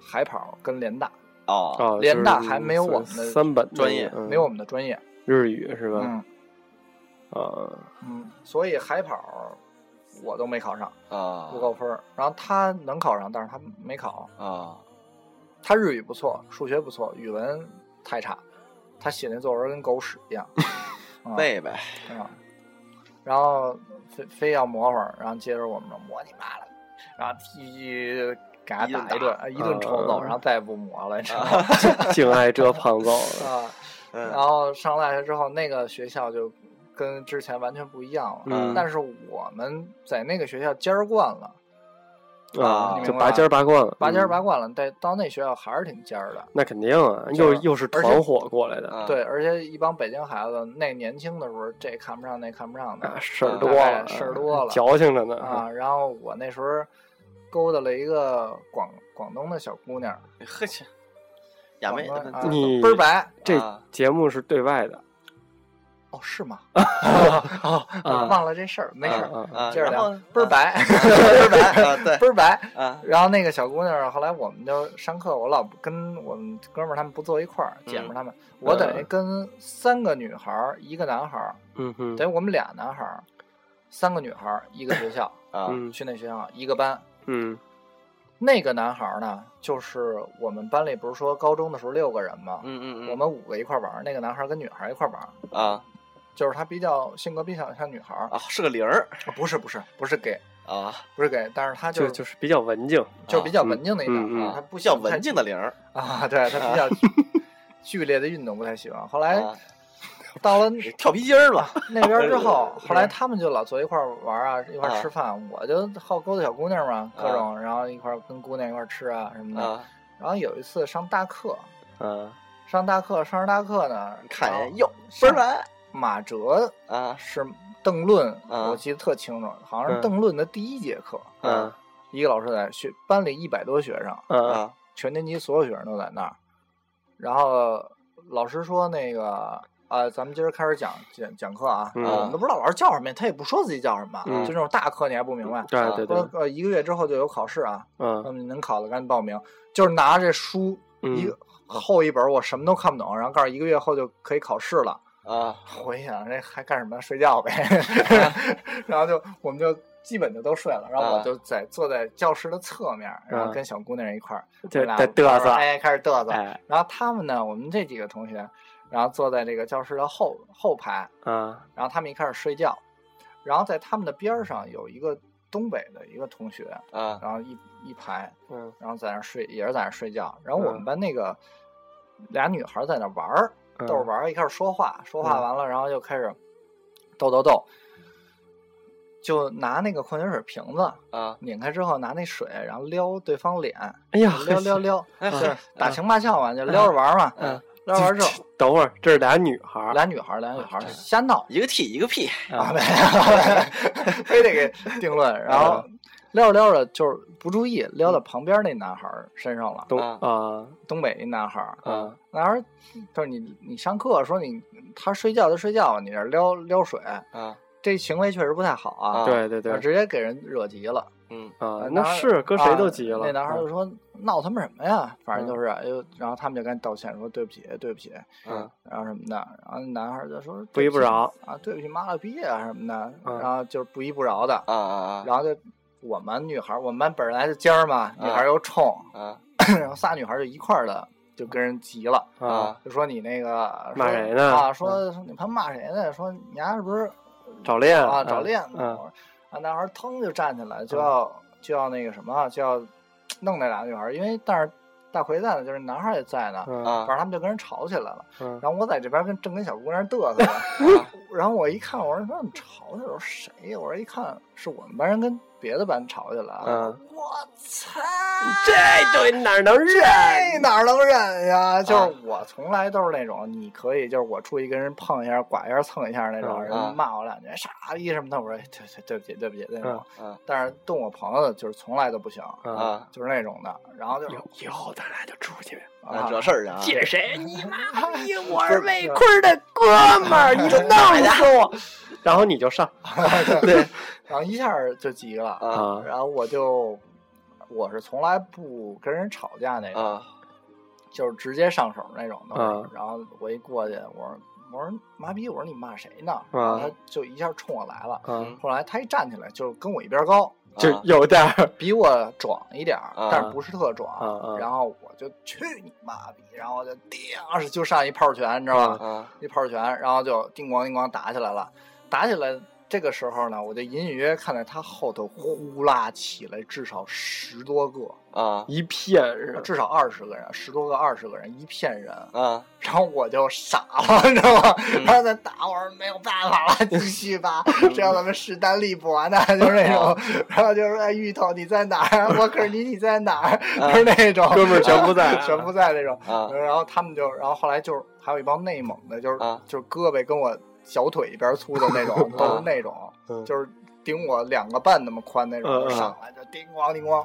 海跑跟联大，哦哦，联就是大还没有我们的三本专业嗯没有我们的专业。日语是吧？嗯啊，嗯，所以海跑我都没考上，啊，不高分儿。然后他能考上，但是他没考。啊他日语不错，数学不错，语文太差，他写那作文跟狗屎一样。啊背呗，啊，然后非非要磨会儿，然后接着我们说磨你妈了，然后踢给他一顿打一顿，啊一顿抽揍，啊然后再也不磨了，你知道吗？敬爱这 胖揍啊，然嗯后上大学之后，那个学校就跟之前完全不一样了，嗯但是我们在那个学校尖儿惯了，啊啊，就拔尖儿拔惯了，拔尖儿拔嗯，惯了，但到那学校还是挺尖儿的。那肯定啊，就又是又是而且团伙过来的啊对，而且一帮北京孩子，那年轻的时候，这看不上，那看不上的啊，，事儿啊多了，哎事儿多了矫情着呢啊，，然后我那时候勾搭了一个广广东的小姑娘，呵去，亚妹广东啊你倍儿白这啊节目是对外的哦，是 吗？哦啊忘了这事儿，没事儿，啊啊，接着然聊后， 倍白儿白， 倍儿白啊，对倍儿白。啊然后那个小姑娘，后来我们就上课，我老跟我们哥们儿他们不坐一块儿，姐们儿他们，嗯我等于跟三个女孩儿，一个男孩儿，嗯哼，等于我们俩男孩儿，三个女孩儿，一个学校，啊嗯去那学校一个班，嗯那个男孩儿呢，就是我们班里不是说高中的时候六个人吗？嗯嗯嗯，我们五个一块儿玩儿，那个男孩儿跟女孩儿一块儿玩儿，啊就是他比较性格比较像女孩儿、啊是个零儿啊不是不是不是 gay，啊，不是 gay，但是他就就是比较文静，就是比较嗯文静的一男嗯孩啊儿，他不喜叫欢太文静的零儿啊，对他比较 剧烈的运动不太喜欢。后来啊，到了跳皮筋儿吧，，那边之后 后来他们就老坐一块儿玩啊，一块啊儿吃饭。我就好勾搭小姑娘嘛，啊各种，然后一块儿跟姑娘一块儿吃啊什嗯么的。啊，然后有一次上大课，啊，上大课，上着大课呢，看然后人哟，分儿完马哲啊是邓论，啊我记得特清楚，好像嗯是邓论的第一节课，嗯一个老师在学班里一百多学生，啊啊全年级所有学生都在那儿。然后老师说那个啊，咱们今儿开始讲讲讲课啊，嗯我们都不知道老师叫什么，他也不说自己叫什么，嗯就这种大课你还不明白。啊对对对说，呃，一个月之后就有考试啊，那嗯么你能考的赶紧报名。就是拿着书嗯一个厚一本，我什么都看不懂，然后告诉一个月后就可以考试了。啊我一想这还干什么？睡觉呗。啊 然后就我们就基本就都睡了，然后我就在坐在教室的侧面，然后跟小姑娘一块儿，就我俩啊在嘚瑟，哎，开始嘚瑟。哎然后他们呢，我们这几个同学，然后坐在这个教室的后后排，啊然后他们一开始睡觉，然后在他们的边儿上有一个东北的一个同学，啊然后一一排，嗯然后在那儿睡，也是在那儿睡觉。然后我嗯们班那个俩女孩在那玩儿，嗯逗着玩儿，一开始说话，说嗯话完了，然后就开始逗逗逗，就拿那个矿泉水瓶子啊，拧开之后，拿那水，然后撩对方脸，哎呀，撩撩撩，哎就是打情骂俏嘛，就撩着玩儿嘛。嗯撩着玩儿之 后，等会儿这是俩女孩儿，俩女孩儿，俩女啊孩儿瞎闹一个 T 一个 P 啊，没有，非得给定论。嗯然后撩着撩着就是不注意，撩到旁边那男孩儿身上了，东啊啊东北一男孩儿。啊男孩儿就是你，你上课说你他睡觉就睡觉，你这撩撩水，啊，这行为确实不太好啊。对对对直接给人惹急了。嗯啊，男那孩儿是搁谁都急啊了，那男孩儿就嗯说：“闹他们什么呀？反正就是，哎呦，然后他们就赶紧道歉，说对不起，对不起，嗯然后什么的。然后男孩儿就说不依不饶对起啊，对不起，妈了逼啊什么的。嗯然后就是不依不饶的。啊啊然后就我们女孩儿，我们班本来就尖儿嘛，女嗯孩儿又冲， 啊啊然后仨女孩儿就一块儿的就跟人急了。啊啊就说你那个骂说谁呢嗯啊，说说你他妈骂谁呢？说你丫是不是找恋啊找恋呢？嗯我说啊，男孩儿腾就站起来，就要就要那个什么，就要弄那俩女孩儿，因为但是大奎在呢，就是男孩儿也在呢，嗯啊反正他们就跟人吵起来了。嗯然后我在这边跟正跟小姑娘嘚瑟 呢啊，然后我一看，我说他们吵起来，我说谁呀？我说一看是我们班人跟别的班吵起来了。嗯，我操！这东西哪能这哪儿能忍呀？就啊是我从来都是那种，你可以就是我出去跟人碰一下、剐一下、蹭一下那种，嗯人啊骂我两句傻逼什么的，我说对对对不起对不起那种。嗯但是动我朋友的就是从来都不行，啊？啊就是那种的。然后就是以以后咱俩就出去，啊，啊惹事儿去啊，见谁你妈逼，我是是魏坤的哥们 儿，你就弄哎死我，然后你就上啊对然后一下就急了，啊啊然后我就我是从来不跟人吵架那种，啊就是直接上手那种的。啊然后我一过去，我说我说妈逼，我说你骂谁呢？然后啊他就一下冲我来了。啊，后来他一站起来，就跟我一边高，就啊有点儿比我壮一点儿，啊但是不是特壮。啊啊然后我就去你妈逼！然后我就叮，就上一炮拳，你知道吧？啊一炮拳，然后就叮咣叮咣打起来了。打起来这个时候呢，我就隐隐约约看见他后头呼啦起来至少十多个，啊一片是至少二十个人，十多个二十个人，一片人。啊然后我就傻了，你知道吗？然后再打，我说没有办法了，继续吧，谁让咱们势单力薄呢？就是那种，嗯 然后就是哎，芋头你在哪儿？我可是你你在哪儿？就是那种嗯哥们儿全不在 全不在那种。啊呃然后他们就，然后后来就是还有一帮内蒙的，就是啊就是胳膊跟我小腿一边粗的 那种，都是那种，就是顶我两个半那么宽那嗯种，嗯上来就叮咣叮咣，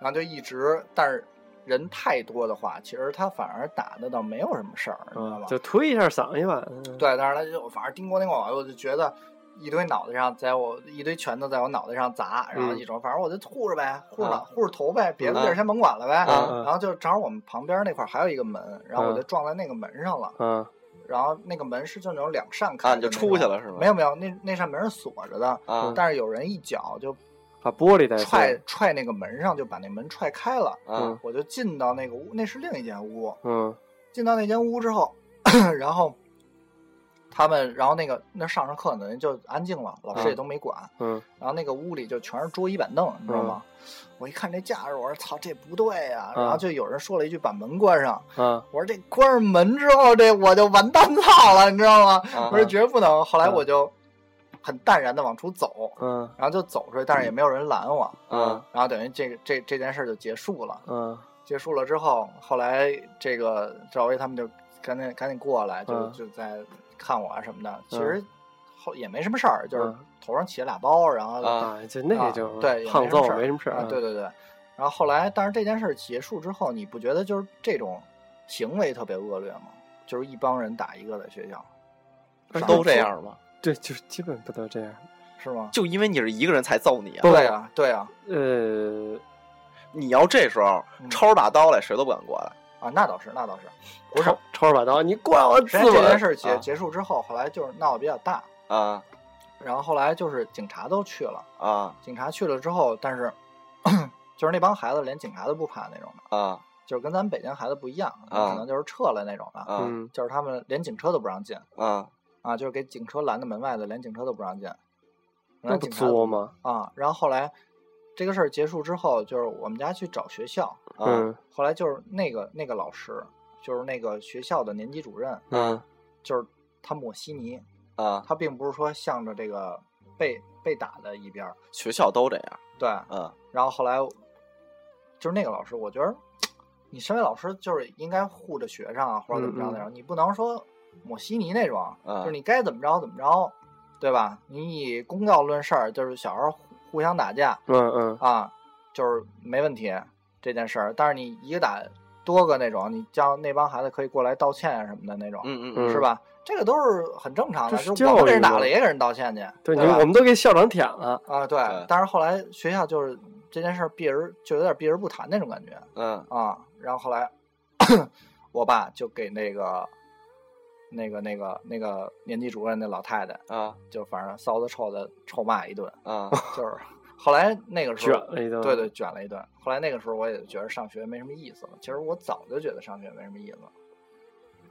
然后就一直，但是人太多的话，其实他反而打的倒没有什么事儿，你知道啊吧，？就推一下搡一把，对，但是他就反正叮咣叮咣，我就觉得。一堆脑袋上，在我一堆拳头在我脑袋上砸，然后嗯一种，反正我就护着呗，护着啊脑，护着头呗，别的地啊啊儿先甭管了呗。啊然后就正好我们旁边那块儿还有一个门，然后我就撞在那个门上了。啊然后那个门是就那种两扇开啊，的你那种，就出去了是吗？没有没有，那那扇门是锁着的，啊哎但是有人一脚就把玻璃带碎踹了。踹那个门上，就把那门踹开了。啊我就进到那个屋，那是另一间屋。嗯进到那间屋之后， 然后他们，然后那个那上着课呢，就安静了，老师也都没管。嗯然后那个屋里就全是桌椅板凳，你知道吗？我一看这架势，我说操，这不对呀、嗯然后就有人说了一句把门关上，啊我说这关上门之后，这我就完蛋操了，你知道吗？啊我说绝对不能。后来嗯我就很淡然的往出走，嗯然后就走出去，但是也没有人拦我。啊然后等于这个这这件事儿就结束了。嗯结束了之后，后来这个赵薇他们就赶紧赶紧过来，就、嗯就在看我啊什么的。其嗯实后也没什么事儿，就是嗯头上起了俩包，然后啊啊，就那种啊对也胖揍没没什么事嗯啊，对对对。然后后来，但是这件事儿结束之后，你不觉得就是这种行为特别恶劣吗？就是一帮人打一个在学校，对都这样吗？对，就是基本不都这样。是吗？就因为你是一个人才揍你啊！对啊，对啊，呃，你要这时候嗯抄着把刀来，谁都不敢过来。啊，那倒是，那倒是。不是抽着把刀，你过来我实自际上这件刎。事儿结、啊结束之后，后来就是闹得比较大，啊然后后来就是警察都去了，啊警察去了之后，但是 就是那帮孩子连警察都不怕那种的，啊就是跟咱们北京孩子不一样，啊可能就是撤了那种的，啊嗯就是他们连警车都不让进啊！啊，就是给警车拦在门外的，连警车都不让进。然那后不警察作吗？啊，然后后来这个事儿结束之后，就是我们家去找学校，啊嗯后来就是那个那个老师，就是那个学校的年级主任，嗯就是他抹稀泥，啊！他并不是说向着这个被被打的一边儿，学校都这样。对，嗯然后后来就是那个老师，我觉得你身为老师就是应该护着学生啊，或者怎么着嗯嗯嗯那种，你不能说抹稀泥那种，啊就是你该怎么着怎么着，对吧？你以公道论事儿，就是小孩儿互互相打架嗯嗯啊，就是没问题这件事儿。但是你一个打多个那种，你叫那帮孩子可以过来道歉啊什么的那种，嗯嗯嗯，是？吧？这个都是很正常的，这是就我们教育给人打嘛了也给人道歉去，对，你吧看我们都给校长舔了。啊，对对，但是后来学校就是这件事儿避而就有点避而不谈那种感觉嗯啊。然后后来我爸就给那个那个那个那个年级主任那老太太，啊就反正骚子臭的臭骂一顿，啊就是后来那个时候卷了一顿对对，卷了一顿。后来那个时候我也觉得上学没什么意思了，其实我早就觉得上学没什么意思了，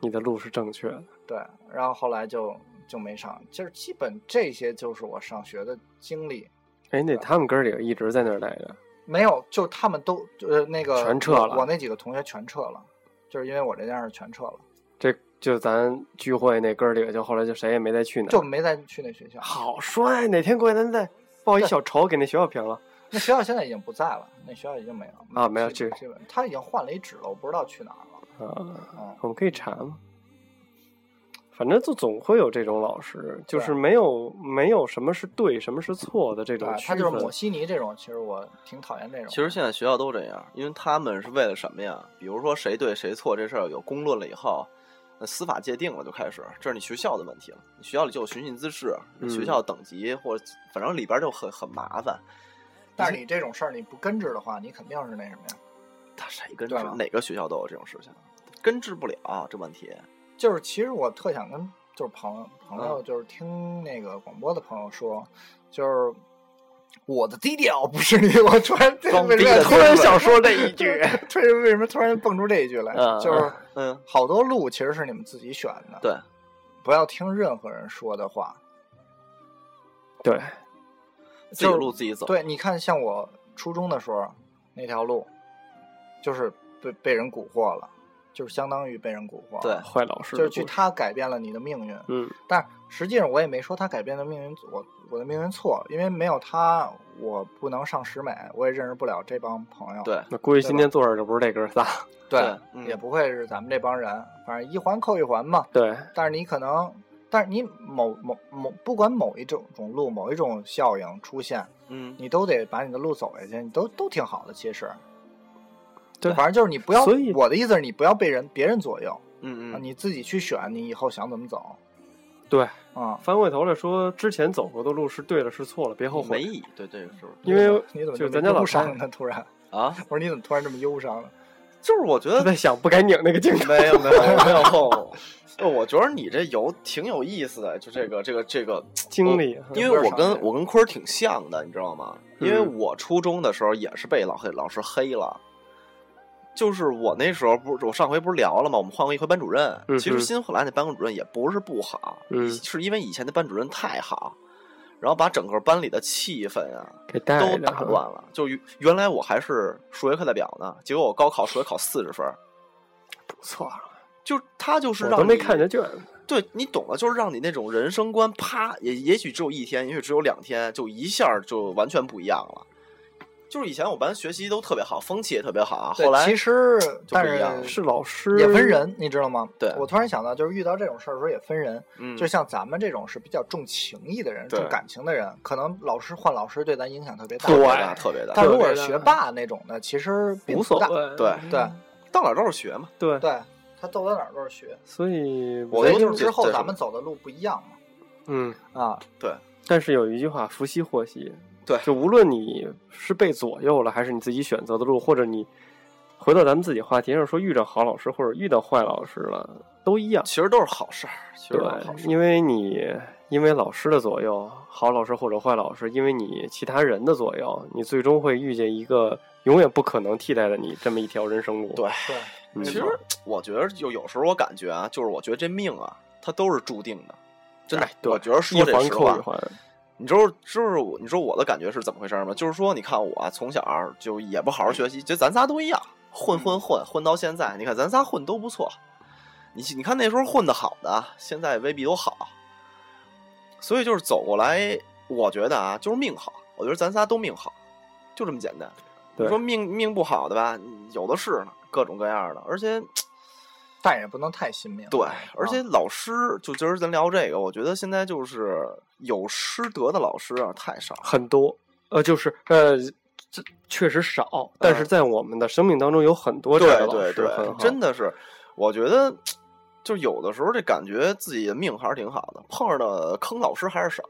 你的路是正确的。对。然后后来就就没上，就是基本这些就是我上学的经历。哎，那他们哥儿几个一直在那儿待着。没有，就他们都呃那个全撤了我，我那几个同学全撤了，就是因为我这件事全撤了，这就咱聚会那哥儿几个，就后来就谁也没再去那儿。就没再去那学校。好帅，哪天过来咱再报一小仇给那学校平了。那学校现在已经不在了，那学校已经没有了啊没有基这基本他已经换了一址了，我不知道去哪儿了。啊，嗯，我们可以查嘛。反正就总会有这种老师，就是对啊没有没有什么是对，什么是错的这对啊种，他区就是分。抹稀泥这种，其实我挺讨厌这种。其实现在学校都这样，因为他们是为了什么呀？比如说谁对谁错这事儿有公论了以后，那司法界定了就开始，这是你学校的问题了。你学校里就有寻衅滋事，嗯学校等级或者反正里边就很很麻烦。但是你这种事儿你不根治的话，你肯定是那什么呀？他谁根治对吧？啊哪个学校都有这种事情，根治不了这问题。就是其实我特想跟就是朋友朋嗯友就是听那个广播的朋友说，就是我的低调不是你，我突然装逼的突然想说这一句，突然为什么突然蹦出这一句来？嗯就是嗯，好多路其实是你们自己选的，对，不要听任何人说的话。 对，自己路自己走。对，你看，像我初中的时候那条路，就是被被人蛊惑了，就是相当于被人蛊惑，对，坏老师就是去的他改变了你的命运。故事，嗯但实际上我也没说他改变的命运，我我的命运错，因为没有他，我不能上石美，我也认识不了这帮朋友。对那估计对今吧天坐这儿就不是这哥仨，对，对嗯也不会是咱们这帮人，反正一环扣一环嘛。对，但是你可能，但是你某某某，不管某一种种路、某一种效应出现，嗯，你都得把你的路走下去，你都都挺好的。其实，对反正就是你不要所以，我的意思是你不要被人别人左右，嗯啊嗯，你自己去选，你以后想怎么走。对，啊、翻过头来说，之前走过的路是对了是错了，别后没悔。意义。对，这个是不是因为你怎么这就是么咱家老忧太伤呢？突然， 啊？我说你怎么突然这么忧伤呢？就是我觉得我 在想不该拧那个镜头。没有没有没有后，我觉得你这有挺有意思的，就这个这个这个，经历，因为我跟我跟坤儿挺像的，你知道吗？因嗯为我初中的时候也是被老黑老师黑了，就是我那时候不是我上回不是聊了吗？我们换过一回班主任，嗯哼其实新后来那班主任也不是不好，嗯是因为以前的班主任太好，然后把整个班里的气氛啊给带都着打乱了。就原原来我还是数学课代表呢，结果我高考数学考四十分儿，不错，啊就他就是我让都没你看见卷子。对你懂的，就是让你那种人生观啪，也也许只有一天，也许只有两天，就一下儿就完全不一样了。就是以前我们班学习都特别好，风气也特别好啊，对后来其实就但不一样了是是老师也分，人，你知道吗？对我突然想到，就是遇到这种事儿的时候也分人，嗯，就像咱们这种是比较重情义的人、对重感情的人，可能老师换老师对咱影响特别大。特别对大，特别大。但如果是特别大学霸那种的，其实并无不所大。谓。对对到哪儿都是学嘛，对，对，他走到哪儿都是学。所以我所跟以你就是这之后这是咱们走的路不一样嘛。嗯，啊，但是有一句话，福兮祸兮。对就无论你是被左右了，还是你自己选择的路，或者你回到咱们自己话题上说，遇着好老师或者遇到坏老师了，都一样。其实都是好事儿，其实对都是好，事儿。因为你因为老师的左右，好老师或者坏老师，因为你其他人的左右，你最终会遇见一个永远不可能替代的你这么一条人生路。对对，嗯，其实我觉得就有时候我感觉啊，就是我觉得这命啊，它都是注定的，真的哎。对我觉得一说这环实扣话一，环，你知道，就是我你知道我的感觉是怎么回事吗？就是说，你看我啊、从小儿就也不好好学习，就咱仨都一样，混混混混到现在。你看咱仨混都不错，你你看那时候混的好的，现在未必都好。所以就是走过来，我觉得啊，就是命好。我觉得咱仨都命好，就这么简单。对你说命命不好的吧，有的是呢，各种各样的。而且但也不能太心命。对啊，而且老师就今儿咱聊这个，我觉得现在就是有师德的老师啊太少了。很多，呃，就是呃，这确实少，但是在我们的生命当中有很多这样的嗯老对师对很对好，，真的是，我觉得就有的时候这感觉自己的命还是挺好的，碰上的坑老师还是少，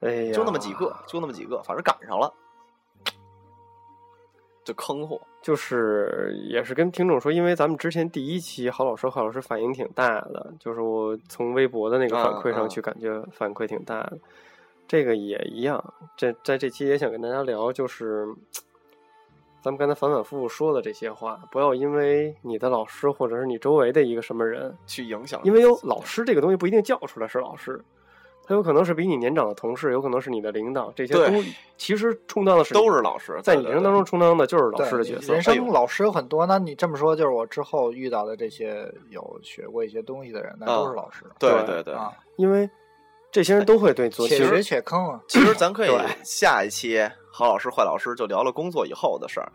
哎呀，就那么几个，就那么几个，反正赶上了，就坑货。就是也是跟听众说，因为咱们之前第一期郝老师、郝老师反应挺大的，就是我从微博的那个反嗯馈上去，感觉反馈挺大的。这个也一样，这在这期也想跟大家聊，就是咱们刚才反反复复说的这些话，不要因为你的老师或者是你周围的一个什么人，去影响，因为有啊老师这个东西不一定叫出来是老师，他有可能是比你年长的同事，有可能是你的领导，这些对都其实充当的是你都是老师，在对你人生当中，充当的就是老对师的角色人。哎呦生老师有很多。那你这么说，就是我之后遇到的这些有学过一些东西的人，那啊都是老师。对对对对对。啊，因为这些人都会对做，其且学实且坑啊。其实 咱可以对下一期郝老师、坏老师就聊聊工作以后的事儿。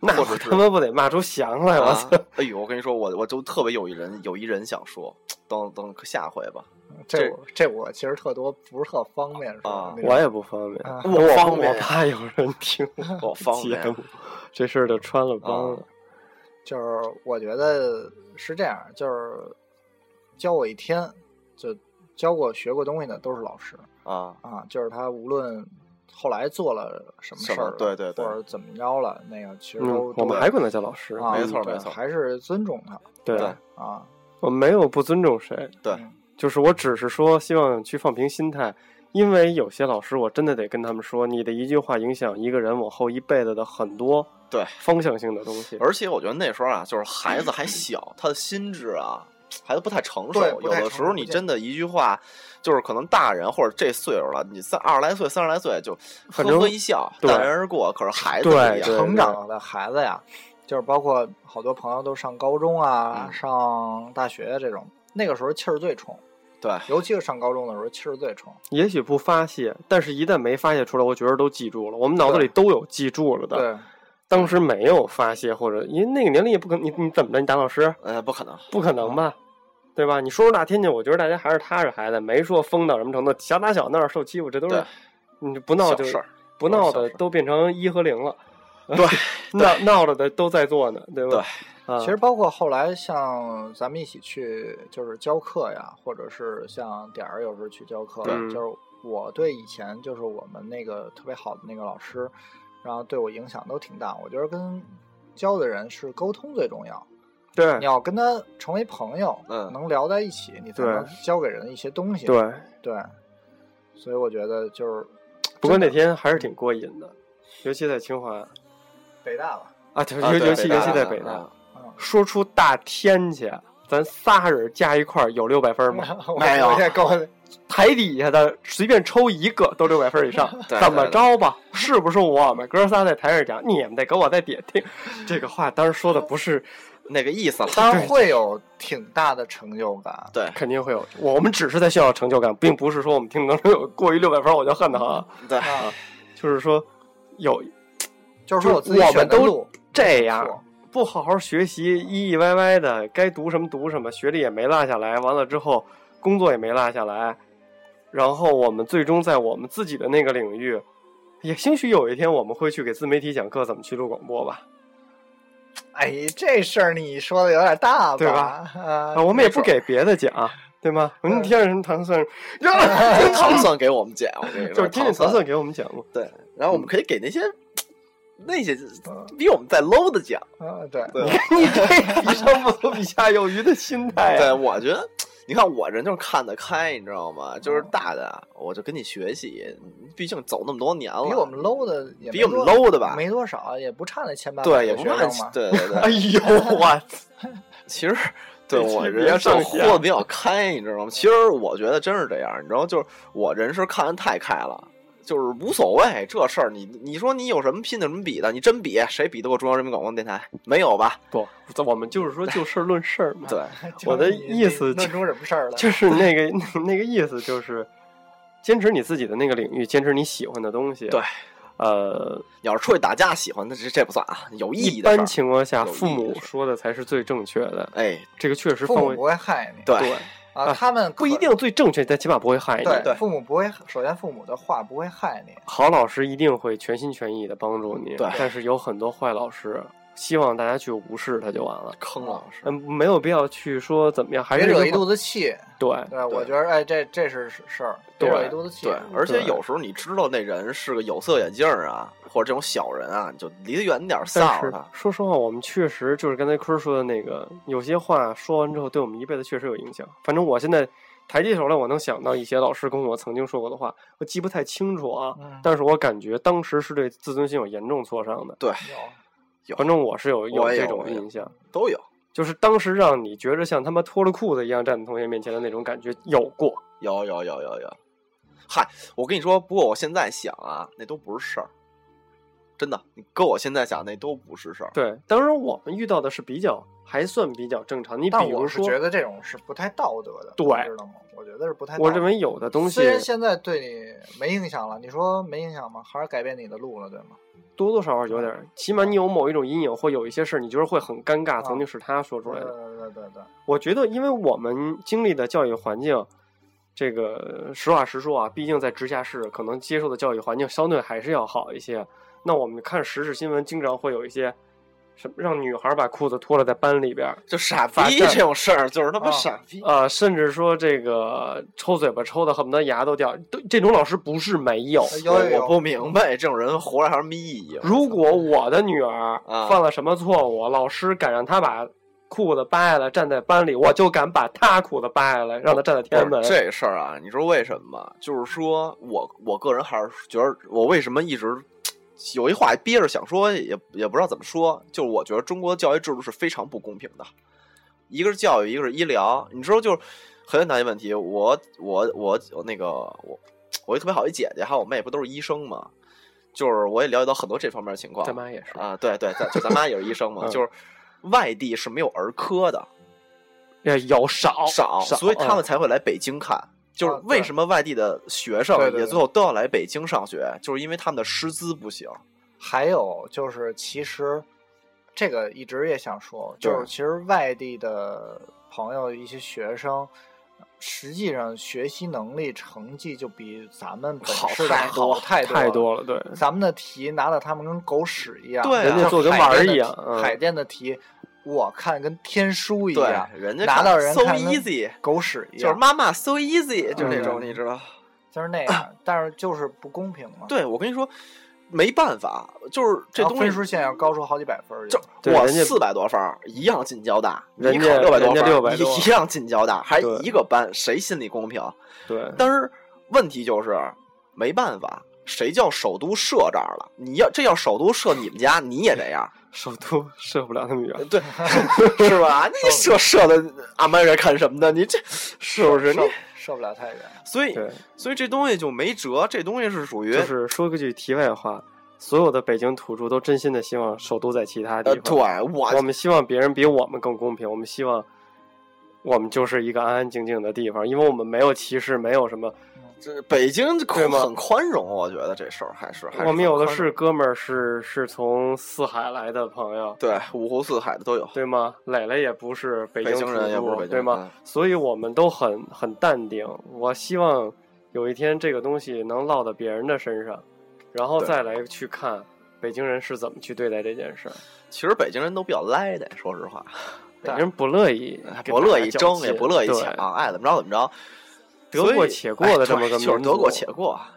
那或我者是他妈不得骂出翔来！我啊操，哎呦，我跟你说，我我就特别有一人有一人想说，等等下回吧。这这我这我其实特多不是特方便说啊那种我也不方便啊，我方便我怕有人听我方节便目，这事儿就穿了啊帮了。就是我觉得是这样，就是教我一天，就教过学过东西的都是老师啊，啊，就是他无论后来做了什么什事么儿了，对对对或者怎么着了，那个其实都、嗯，都我们还管他叫老师，啊，没错对没错还是尊重他对对啊，我呃没有不尊重谁，对嗯就是我只是说希望去放平心态，因为有些老师我真的得跟他们说，你的一句话影响一个人往后一辈子的很多对方向性的东西。而且我觉得那时候啊，就是孩子还小，他的心智啊还不太成熟对。有不太的时候成熟你对真的一句话，就是可能大人或者这岁数了，你三二十来岁、三十来岁就呵反正呵一笑，对淡然而过。可是孩子不一对样，成长的孩子呀，就是包括好多朋友都上高中啊、嗯上大学这种，那个时候气儿最冲，对尤其是上高中的时候气儿最冲。也许不发泄，但是一旦没发泄出来，我觉得都记住了，我们脑子里都有记住了的。对，嗯当时没有发泄，或者因为那个年龄也不可能，你你怎么着？你打老师呃，不可能，不可能吧？对吧？你说出大天津，我觉得大家还是踏实孩子，没说疯到什么程度，小打小闹受欺负，这都是对你不闹小就事儿。不都是闹的小事都变成一和零了，对 闹闹了的都在做呢，对吧？对，啊、其实包括后来像咱们一起去就是教课呀，或者是像点儿有时候去教课，对就是我对以前就是我们那个特别好的那个老师，然然后对我影响都挺大。我觉得跟交的人是沟通最重要，对你要跟他成为朋友，嗯能聊在一起，你才对能教给人一些东西。对。对，所以我觉得就是不过那天还是挺过瘾的，尤其在清华北大 吧，啊，对，啊尤对尤其北尤大其在的北大啊，说出大天去，咱仨人加一块儿有六百分吗？没 有，我现在 够了台底下的随便抽一个都六百分以上， 对怎么着吧？是不是我们哥仨在台上讲，你们得给我再点 听？这个话当时说的不是，那个意思了。当然会有挺大的成就感。对肯定会有。我们只是在炫耀成就感，并不是说我们听能有过于六百分我就恨他啊，对，啊，就是说有就是说我自己我选们的都路，这样错不好好学习，依依歪歪的，该读什么读什么，学历也没落下来，完了之后工作也没落下来，然后我们最终在我们自己的那个领域，也兴许有一天我们会去给自媒体讲课怎么去录广播吧，哎，这事儿你说的有点大吧？对吧吧？啊啊，我们没也不准给别的讲，啊对吗？我们天上什么唐僧，唐僧给我们讲，我跟你就说，是听听唐唐僧。给我们讲过，对，然后我们可以给那些那些比我们再 low 的讲。啊，对，对你这比上不足，比下有余的心态对，啊，我觉得，你看我人就是看得开，你知道吗？就是大的，啊我就跟你学习，毕竟走那么多年了，比我们 low 的也没比我们多 low 的吧？没多少，也不差那前半百对，也的不学怕生嘛。对对对， 哎 呦我，其实对这期我别人是上豁线得比较开，你知道吗？其实我觉得真是这样，你知道，就是我人是看得太开了。就是无所谓这事儿，你你说你有什么拼的什么比的？你真比谁比得过中央人民广播电台？没有吧？不，我们就是说就事论事儿嘛，对，就是我的你意思你就弄出什么 事儿来？就是那个 那个意思，就是坚持你自己的那个领域，坚持你喜欢的东西。对，呃，你要是出去打架喜欢的，这这不算啊，有意义一的事般儿。情况下，有意义父母的事儿说的才是最正确的。哎，这个确实父范母围不会害你，对，啊，他们不一可定最正确，但起码不会害你。对，哎父母不会，首先父母的话不会害你，好老师一定会全心全意的帮助你。对但是有很多坏老师，希望大家去无视他就完了。坑老师，嗯，没有必要去说怎么样，还别是惹一那句话肚子气。对对，我觉得哎，这这是事儿，别对惹一肚子气。对，而且对有时候你知道那人是个有色眼镜儿啊，或者这种小人啊，你就离他远点儿，啊臊但着是他。说实话，我们确实就是刚才坤儿说的那个，有些话说完之后，对我们一辈子确实有影响。反正我现在抬起手来，我能想到一些老师跟我曾经说过的话，我记不太清楚啊，嗯但是我感觉当时是对自尊心有严重挫伤的。对，有有反正我是有有我也这有种我也有印象，都有就是当时让你觉着像他妈脱了裤子一样站在同学面前的那种感觉有过。有有有有有。嗨，我跟你说，不过我现在想啊，那都不是事儿，真的。你搁我现在想，那都不是事儿。对，当然我们遇到的是比较还算比较正常。你但比我如是说，觉得这种是不太道德的，对你知道吗？我觉得是不太道德。我认为有的东西虽然现在对你没影响了，你说没影响吗？还是改变你的路了，对吗？多多少少有点儿，起码你有某一种阴影，或有一些事儿，你觉得会很尴尬。曾经是他说出对来对的，对对对，我觉得，因为我们经历的教育环境，这个实话实说啊，毕竟在直辖市，可能接受的教育环境相对还是要好一些。那我们看时事新闻，经常会有一些什么让女孩把裤子脱了在班里边儿，就傻发逼站这种事儿，就是他妈啊傻逼。呃，甚至说这个抽嘴巴抽的恨不得牙都掉，都这种老师不是没有。有有有我不明白这种人活着还有什么意义。如果我的女儿啊犯了什么错误，老师敢让她把裤子扒下来站在班里，我就敢把她裤子扒下来，让她站在天安不门。是这事儿啊，你说为什么？就是说我我个人还是觉得，我为什么一直有一话憋着想说，也也不知道怎么说。就是我觉得中国教育制度是非常不公平的，一个是教育，一个是医疗。你知道，就是很简单一问题。我我我我那个我我一特别好一姐姐，还有我妹，不都是医生吗？就是我也了解到很多这方面的情况。咱妈也是，啊，对对，咱就咱妈也是医生嘛，嗯就是外地是没有儿科的。也有少嗯少，所以他们才会来北京看。就是嗯啊为对什么外地的学生对对也对最后都要来北京上学，就是因为他们的师资不行。还有就是，其实这个一直也想说，对就是其实外地的朋友一些学生。实际上，学习能力、成绩就比咱们本好市的太多好太嗯多太了多了，对。咱们的题拿到他们跟狗屎一样，对啊人家做跟玩儿一样就是海淀的题海淀的题，我看跟天书嗯一对样，，人家拿看到人 so 看跟 easy，狗屎一就是样，妈妈 so easy，就这种，嗯你知道？就是那样，但是就是不公平嘛。对，我跟你说，没办法，就是这然后东分西数线要高出好几百分儿去就。对我人家四百多分儿一样进交大，人你家考六百多分人家600儿多一一样进交大，还对一个班，谁心里公平？对，但是问题就是没办法，谁叫首都设这儿了？你要这要首都设你们家，你也这样，首都射不了那么远，对，是吧？ 你设设的 American 什么的，你这是不是？你射射不了太远，所以对，所以这东西就没辙，这东西是属于就是说句题外话，所有的北京土著都真心的希望首都在其他地呃，方。对我我们希望别人比我们更公平，我们希望我们就是一个安安静静的地方，因为我们没有歧视，没有什么。这北京对吗很宽容，我觉得这事儿还是还我们有很的宽是容哥们儿是是从四海来的朋友，对五湖四海的都有。对吗？磊磊也不是北北京京人土也不是著北京对吗人？嗯所以我们都很很淡定。我希望有一天这个东西能落到别人的身上，然后对再来去看北京人是怎么去对待这件事儿。其实北京人都比较赖的，说实话，北京人不乐意哎，给不大乐家意较争，劲也不乐意对抢，爱怎么着怎么着。得所以过且过的哎这么对个民族就是得过且过，啊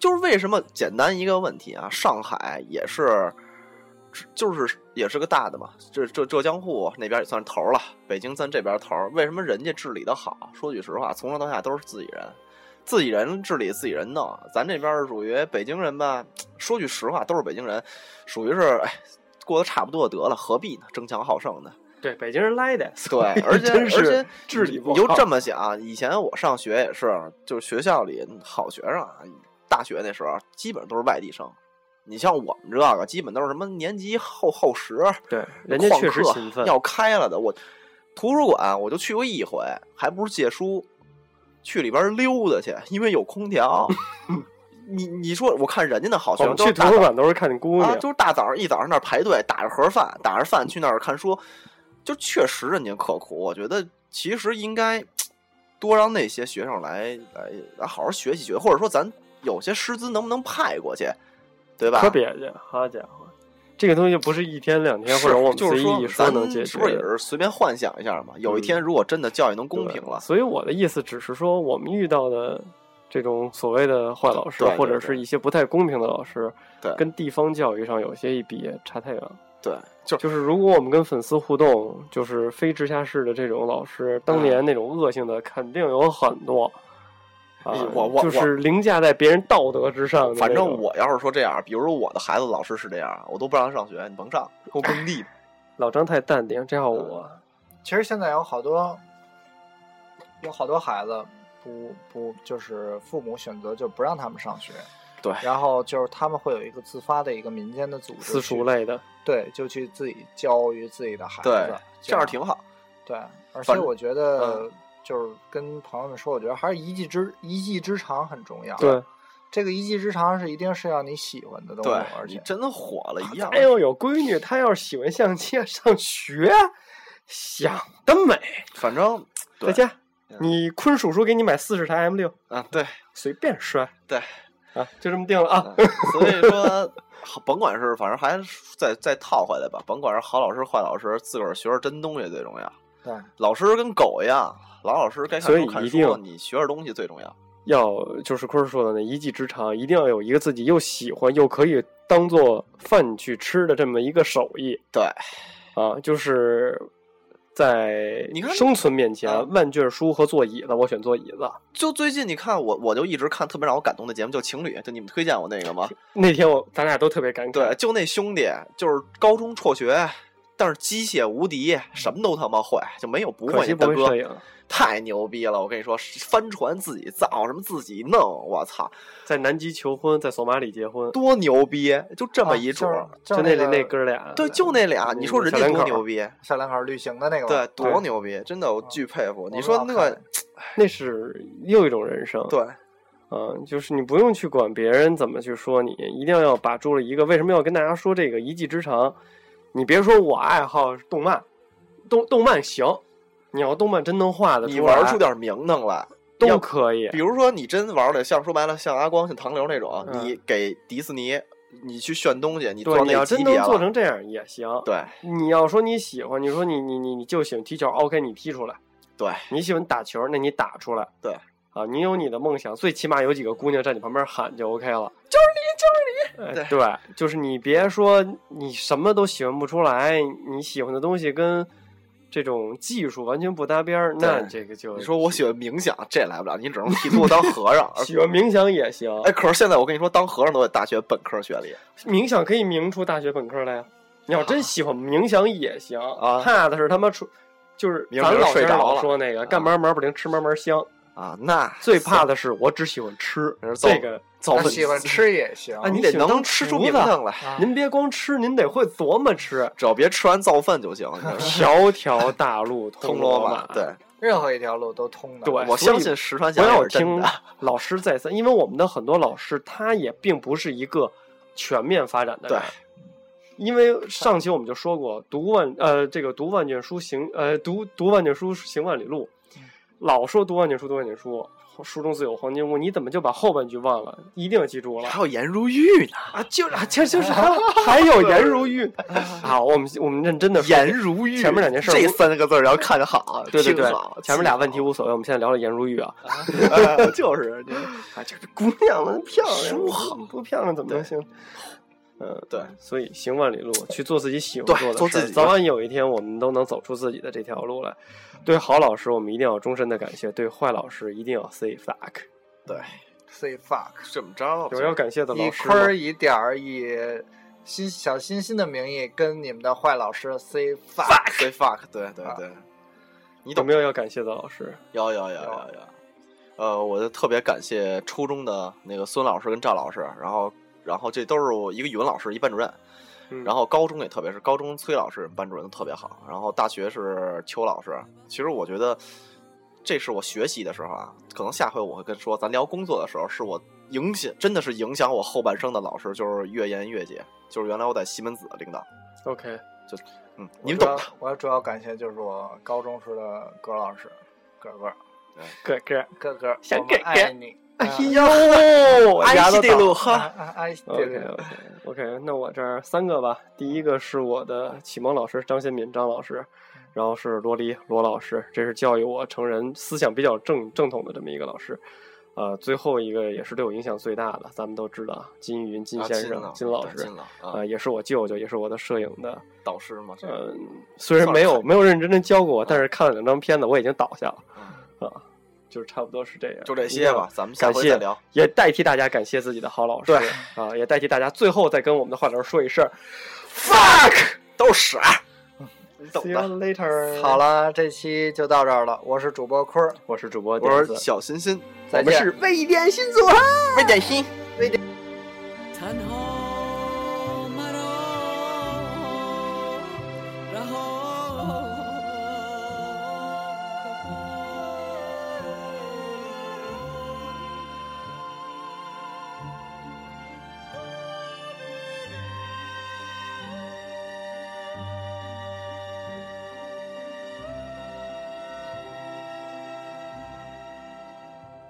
就是为什么简单一个问题啊？上海也是，就是也是个大的嘛，浙浙浙江沪那边也算是头儿了，北京算这边头儿。为什么人家治理的好？说句实话，从上到下都是自己人，自己人治理自己人弄。咱这边儿属于北京人吧，说句实话，都是北京人，属于是哎，过得差不多得了，何必呢？争强好胜呢？对北京人来 的，对，而且真是而且治理不你就好这么想，啊以前我上学也是，就是学校里好学生啊，大学那时候基本都是外地生。你像我们这个，基本都是什么年级后后十，对，人家旷确实课勤 奋，要开了的。我图书馆我就去过一回，还不是借书，去里边溜达去，因为有空 调。你你说，我看人家那好学生我们都哦去是图大书早馆都是看姑啊，娘，就是大早上一早上那儿排队打着盒饭，打着饭去那儿看书，就确实人家刻苦。我觉得其实应该多让那些学生来来来好好学习学习，或者说咱有些师资能不能派过去，对吧？可别介，好家伙，这个东西不是一天两天是或者我们就随是意说一，说咱能解决的，嗯是不是也是随便幻想一下嘛？有一天如果真的教育能公对平了，所以我的意思只是说，我们遇到的这种所谓的坏老师对，对或者对是一些不太公平的老师对，跟地方教育上有些一比差太远了。对，就就是如果我们跟粉丝互动，就是非直辖市的这种老师，当年那种恶性的肯定有很多。啊哎，我我就是凌驾在别人道德之上的那种。反正我要是说这样，比如说我的孩子老师是这样，我都不让他上学，你甭上，哎给我耕地吧。老张太淡定，这要我呃其实现在有好多有好多孩子不不就是父母选择就不让他们上学，对然后就是他们会有一个自发的一个民间的组织私塾去，类的，对，就去自己教育自己的孩子，对，这样样挺好。对，反而嗯且正我觉得就是跟朋友们说，我觉得还是一技之一技之长很重要，对，，这个一技之长是一定是要你喜欢的东西对，，而你且真火了一样。他要哎有闺女，他要是喜欢相亲 上学，啊想得美。反正在对家嗯，你坤叔叔给你买四十台 M 六，啊，对随便摔对，啊，就这么定了啊。嗯所以说，好甭管是反正还是再再套回来吧，甭管是好老师坏老师，自个儿学着真东西最重要。对，老师跟狗一样，老老实实该看所以书看一书，定你学着东西最重要。要就是坤儿说的那一技之长，一定要有一个自己又喜欢又可以当做饭去吃的这么一个手艺对，啊，就是在你看生存面啊前，万卷书和坐椅子，我选坐椅子。就最近你看我，我就一直看特别让我感动的节目，就情侣，就你们推荐我那个嘛，那天我咱俩都特别感慨，对，就那兄弟，就是高中辍学，但是机械无敌，什么都他妈会，就没有不可会惜的不大会哥摄。影，太牛逼了！我跟你说，帆船自己造，什么自己弄，我操，在南极求婚，在索马里结婚，多牛逼！就这么一主桌，儿，啊就是啊就那个那哥俩，对，就那俩，你说人家多牛逼？小两口旅行的那个吧，对，多牛逼！真的，我嗯巨佩服。你说那我老个看，那是又一种人生。对嗯，就是你不用去管别人怎么去说你，一定要把住了一个。为什么要跟大家说这个一技之长？你别说我爱好动漫，动动漫行，你要动漫真能画的，你玩出点名堂来，都可以比。如说你真玩的，像说白了，像阿光、像唐流那种，嗯你给迪士尼，你去炫东西，你做对，到你要那真级能别做了，成这样也行。对你要说你喜欢，你说你你你你就喜欢踢球，OK，你踢出来。对你喜欢打球，那你打出来。对。啊，你有你的梦想，最起码有几个姑娘站你旁边喊就 OK 了。就是你，呃，对，就是你别说你什么都喜欢不出来，你喜欢的东西跟这种技术完全不搭边儿，那对这个就你说我喜欢冥想，这来不了，你只能 剃度当和尚。而喜欢冥想也行，哎，可是现在我跟你说，当和尚都得大学本科学历。冥想可以冥出大学本科来呀。你要真喜欢冥想也行，啊怕的是他妈出，就是明儿咱明儿老睡先生着老了说那个啊干嘛嘛不灵，吃嘛嘛香。 啊，那 最怕的是我只喜欢吃那是造这个造那喜欢吃也行啊，你你得喜欢能当吃厨出名子堂来，。啊您别光吃，您得会琢磨吃只要别吃完造粪就行。你知道吗条条大路通通罗马马，，对，任何一条路都通的。对我所以相信石川不先生要是真听的。老师再三，因为我们的很多老师他也并不是一个全面发展的人对。因为上期我们就说过，读万呃，这个读万卷书行呃，读读万卷书行万里路，嗯老说读万卷书读万卷书，书中自有黄金屋，你怎么就把后半句忘了？一定要记住了。还有颜如玉呢，啊，就啊，其实就是还有还有颜如 玉啊，我们我们认真的颜如玉。前面两件事儿这我三个字儿要看着好，对对听对好，前面俩问题无所谓，我们现在聊聊颜如 玉啊，记 好哎就是你啊，就是姑娘们漂亮，书好不漂亮怎么能行？呃，对，所以行万里路，去做自己喜欢对做的事做儿，自己吧早晚有一天我们都能走出自己的这条路来。对好老师，我们一定要终身的感谢；对坏老师，一定要 say fuck。 ，say fuck，怎么着？有要感谢的以老师吗坤儿以点儿以心小心心的名义跟你们的坏老师 say fuck， say fuck，对对对，你有懂没有要感谢的老师？有有有有有，呃，我就特别感谢初中的那个孙老师跟赵老师，然后然后这都是我一个语文老师，一班主任，嗯然后高中也特别是高中崔老师班主任特别好，然后大学是邱老师。其实我觉得这是我学习的时候啊，可能下回我会跟说，咱聊工作的时候是我影响，真的是影响我后半生的老师，就是岳岩岳姐，就是原来我在西门子的领导， ，OK，嗯，你们懂的。我主要感谢就是我高中时的葛老师，葛葛哥哥，葛葛，小我们葛葛爱你，嗯哎呦，安息西地路啊哈，爱你，嗯哎对 OK 对 OK OK，那我这儿三个吧。第一个是我的启蒙老师张先敏张老师，然后是罗黎罗老师，这是教育我成人思想比较正正统的这么一个老师。呃，最后一个也是对我影响最大的，咱们都知道啊金云金啊先生、金老对师金，老啊呃，，也是我舅舅，也是我的摄影的。导师嘛，这个呃，虽然没有算是没有认真真教过我，但是看了两张片子，我已经倒下了嗯啊，就是差不多是这样，就这一定些要吧，咱们下感回再谢聊。，也代替大家感谢自己的好老师，对啊，也代替大家最后再跟我们的坏老师说一声 fuck，都是啊屎，嗯你懂，see you 的。 later。好，了，这期就到这儿了，我是主播坤儿，我是主播我点子说，小心心。再我们见是。未点心组合。喂，点心。残好